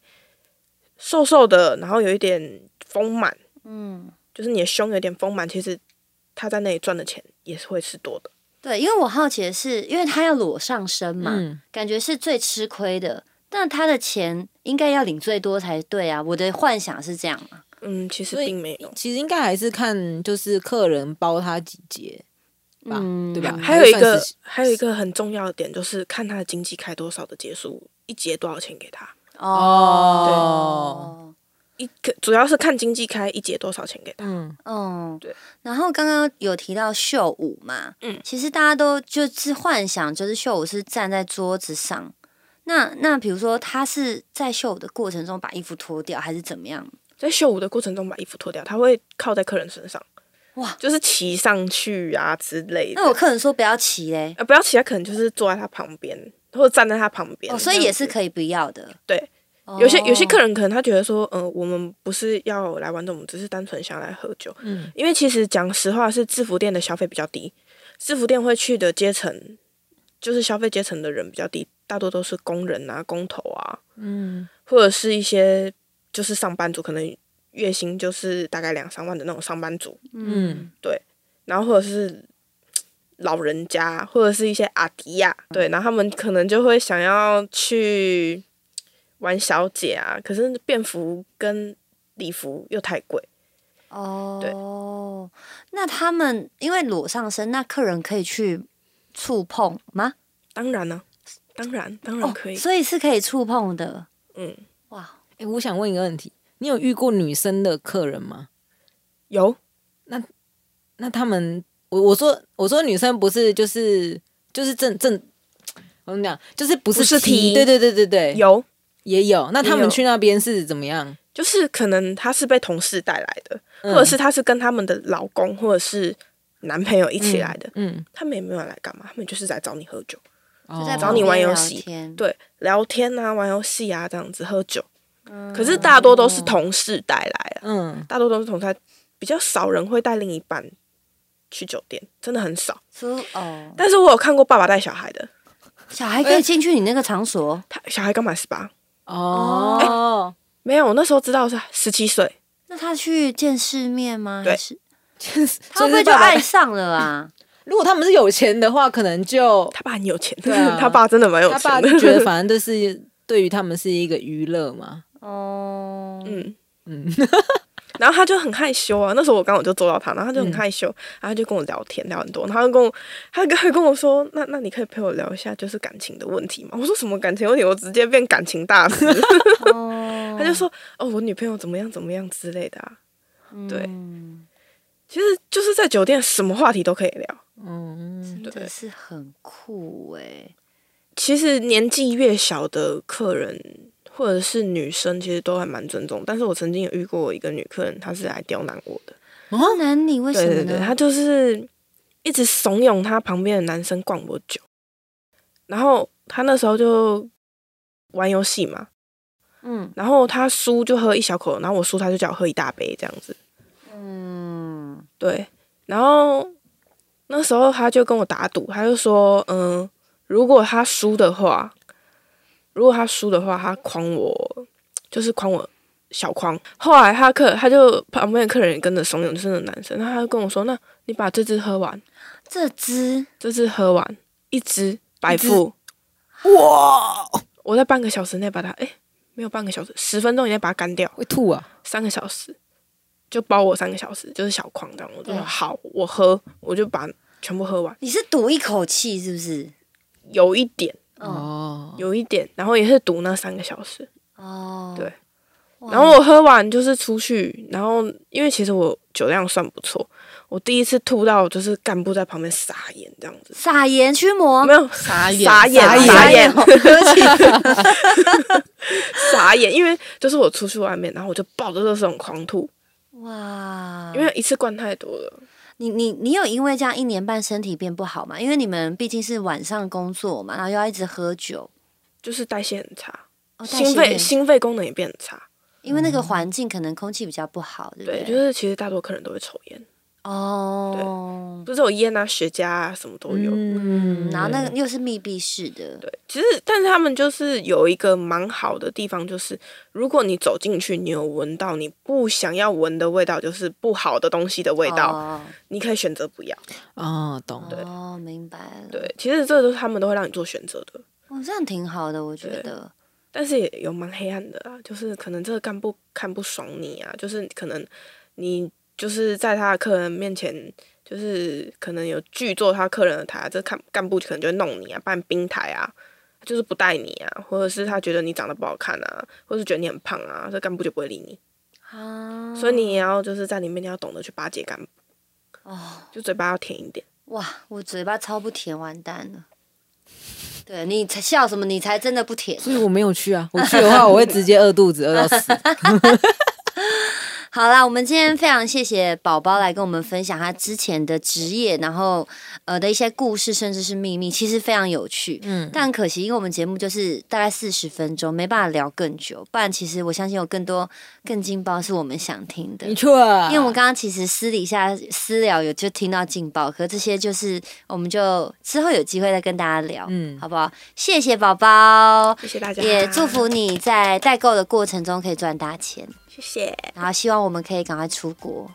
S3: 瘦瘦的，然后有一点丰满，
S1: 嗯，
S3: 就是你的胸有点丰满，其实他在那里赚的钱也是会是多的。
S1: 对，因为我好奇的是，因为他要裸上身嘛，
S2: 嗯
S1: 感觉是最吃亏的，但他的钱应该要领最多才对啊。我的幻想是这样啊，
S3: 嗯，其实
S2: 所以
S3: 并没有。
S2: 其实应该还是看就是客人包他几节吧，
S1: 嗯
S2: 对吧？
S3: 还有一
S2: 还是
S3: 个
S2: 算是
S3: 还有一个很重要的点就是看他的经济开多少的结束，一节多少钱给他。
S1: 哦，
S3: 一个主要是看经济开一节多少钱给他。
S2: 嗯，
S1: 嗯，
S3: 哦对。
S1: 然后刚刚有提到秀舞嘛，
S3: 嗯
S1: 其实大家都就是幻想，就是秀舞是站在桌子上。那那比如说，他是在秀舞的过程中把衣服脱掉，还是怎么样？
S3: 在秀舞的过程中把衣服脱掉，他会靠在客人身上，
S1: 哇，
S3: 就是骑上去啊之类的。
S1: 那我客人说不要骑嘞，
S3: 呃不要骑，他可能就是坐在他旁边或者站在他旁边。
S1: 哦，所以也是
S3: 以。
S1: 可以不要的。
S3: 对，有些有些客
S1: 人
S3: 人可能他觉得说，嗯、我们不是要来玩这种，我们只是单纯想来喝酒。
S2: 嗯，
S3: 因为其实讲实话，是制服店的消费比较低，制服店会去的阶层就是消费阶层的人比较低，大多都是工人啊、工头啊，
S2: 嗯，
S3: 或者是一些就是上班族，可能月薪就是大概两三万的那种上班族，
S2: 嗯，
S3: 然后或者是老人家，或者是一些阿迪亚、对，然后他们可能就会想要去玩小姐啊，可是便服跟礼服又太贵，
S1: 哦，那他们因为裸上身，那客人可以去触碰吗？
S3: 当然呢、当然当然
S1: 哦
S3: 可，以，
S1: 所以是可以触碰的。
S3: 嗯，
S1: 哇，
S2: 哎、我想问一个问题，你有遇过女生的客人吗？
S3: 有。
S2: 那他们，我我说我说女生不是就是就是正正，我怎么讲，就是不是
S3: 不是 T
S2: 对对对对对，
S3: 有，
S2: 也有。那他
S3: 也
S2: 们
S3: 有
S2: 去那边是怎么样？
S3: 就是可能他是被同事带来的，
S2: 嗯
S3: 或者是他是跟他们的老公或者是男朋友一起来的，
S2: 嗯，
S3: 他们也没有来干嘛，他们就是来找你喝酒、
S2: 嗯
S1: 就在
S2: 哦
S3: 找你玩游戏
S1: 旁边聊天
S3: 对，聊天啊，玩游戏啊，这样子喝酒。可是大多都是同事带来啊的，
S2: 嗯，
S3: 大多都是同事带，比较少人会带另一半去酒店，真的很少。
S1: 说哦，
S3: 但是我有看过爸爸带小孩的，
S1: 小孩可以进去你那个场所，
S3: 他小孩刚满十八，
S2: 哦，
S3: 没有，我那时候知道是十七岁，
S1: 那他去见世面吗？
S3: 对
S1: 还是
S2: 就是
S1: 他会不会就
S2: 就
S1: 是
S2: 爸爸
S1: 爱上了啊？
S2: 如果他们是有钱的话，可能就
S3: 他爸很有钱，
S2: 对啊
S3: [LAUGHS] 他爸真的蛮有
S2: 他
S3: 钱
S2: 爸
S3: 的，
S2: 就觉得反正这是对于他们是一个娱乐嘛。
S1: 哦，
S3: [LAUGHS] 嗯。
S2: 嗯，
S3: [LAUGHS] 然后他就很害羞啊，那时候我刚好就坐到他，然后他就
S2: 嗯
S3: 很害羞，然后他就跟我聊天聊很多，然后他就跟我，他跟他跟我说，那那你可以陪我聊一下就是感情的问题吗？我说什么感情问题？我直接变感情大师。
S1: 哦
S3: [LAUGHS] 他就说，哦，我女朋友怎么样怎么样之类的啊。对
S1: 嗯
S3: 其实就是在酒店什么话题都可以聊，
S2: 嗯，
S1: 真的是很酷哎。
S3: 其实年纪越小的客人或者是女生，其实都还蛮尊重。但是我曾经有遇过一个女客人，她是来刁难我的。
S1: 刁难你为什
S3: 哦对
S1: 么
S3: 对对，
S1: 呢？
S3: 他就是一直怂恿他旁边的男生灌我酒，然后他那时候就玩游戏嘛，
S1: 嗯
S3: 然后他输就喝一小口，然后我输他就叫我喝一大杯这样子，
S1: 嗯，
S3: 对，然后那时候他就跟我打赌，他就说，嗯，如果他输的话，如果他输的话，他诓我，就是诓我小诓。后来他客他就旁边的客人也跟着怂恿，就是那个男生，然后他就跟我说，那你把这支喝完。
S1: 这只
S3: 这次喝完一支白
S2: 支
S3: 富，
S2: 哇，
S3: 我在半个小时内把它，哎，没有半个小时，十分钟以内把它干掉，
S2: 会吐啊！
S3: 三个小时就包我三个小时，就是小框这样。我就说
S1: 嗯
S3: 好，我喝，我就把全部喝完，
S1: 你是赌一口气是不是？
S3: 有一点，
S1: 哦
S2: 哦，
S3: 有一点，然后也是赌那三个小时，
S1: 哦，
S3: 对
S1: 哇。
S3: 然后我喝完就是出去，然后因为其实我酒量算不错，我第一次吐到就是干部在旁边傻眼这样子，
S1: 撒盐驱魔
S3: 没，有
S4: 傻眼，
S3: [LAUGHS] 傻眼傻眼
S4: 哦对不起
S3: [LAUGHS] 傻眼，因为就是我出去外面，然后我就抱着热水桶狂吐，
S1: 哇！
S3: 因为一次灌太多了。
S1: 你你你有因为这样一年半身体变不好吗？因为你们毕竟是晚上工作嘛，然后又要一直喝酒，
S3: 就是代谢很差，
S1: 哦、代谢
S3: 心肺
S1: 变
S3: 心肺功能也变很差。
S1: 因为那个环境可能空气比较不好，对不
S3: 嗯对，
S1: 对？
S3: 就是其实大多客人都会抽烟，
S1: 哦，
S3: 不是有烟啊、雪茄啊，什么都有。
S1: 嗯，然后那个又是密闭式的，
S3: 对，其实但是他们就是有一个蛮好的地方，就是如果你走进去，你有闻到你不想要闻的味道，就是不好的东西的味道，
S1: 哦
S3: 你可以选择不要。
S2: 哦，懂。
S1: 哦，明白了。，
S3: 对，其实这都是他们都会让你做选择的，
S1: 哦，这样挺好的，我觉得。
S3: 但是也有蛮黑暗的啊，就是可能这个干部看不爽你啊，就是可能你就是在他的客人面前，就是可能有拒坐他客人的台啊，这干干部可能就会弄你啊，办冰台啊，就是不带你啊，或者是他觉得你长得不好看啊，或者是觉得你很胖啊，这干部就不会理你。
S1: 啊，
S3: 所以你也要就是在里面你要懂得去巴结干部，
S1: 哦，
S3: 就嘴巴要甜一点。
S1: 哇，我嘴巴超不甜，完蛋了。对你才笑什么？你才真的不甜。
S2: 所以我没有去
S1: [LAUGHS]
S2: 啊，我去的话我会直接饿肚子，饿到死。
S1: 好啦，我们今天非常谢谢宝宝来跟我们分享他之前的职业，然后呃的一些故事，甚至是秘密，其实非常有趣。
S2: 嗯，
S1: 但可惜，因为我们节目就是大概四十分钟，没办法聊更久。不然，其实我相信有更多更劲爆是我们想听的
S2: 没。错，
S1: 因为我们刚刚其实私底下私聊有就听到劲爆，可这些就是我们就之后有机会再跟大家聊，
S2: 嗯
S1: 好不好？谢谢宝
S2: [LAUGHS]
S1: 宝，
S3: 谢谢大家，
S1: 也祝福你在代购的过程中可以赚大钱，
S3: 谢谢。
S1: 然后希望我们可以赶快出国，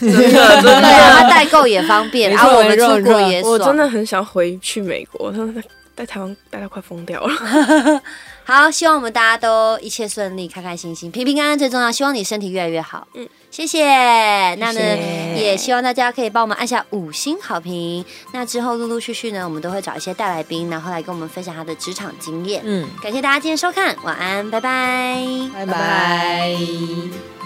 S3: 真的，真
S1: 对
S3: 的，
S1: 啊，代购也方便，
S2: 没
S1: 然
S2: 错
S1: 后我们
S2: 没错
S1: 出国
S2: 没错
S1: 也爽。
S3: 我真的很想回去美国，真的在台湾待到快疯掉了。
S1: [LAUGHS] 好，希望我们大家都一切顺利，开开心心，平平安安最重要。希望你身体越来越好。嗯
S3: 嗯，
S1: 谢谢。那呢，
S2: 谢
S1: 也希望大家可以帮我们按下五星好评。那之后陆陆续续呢，我们都会找一些大来宾，然后来跟我们分享他的职场经验。
S2: 嗯，
S1: 感谢大家今天收看，晚安，拜拜。
S2: 拜拜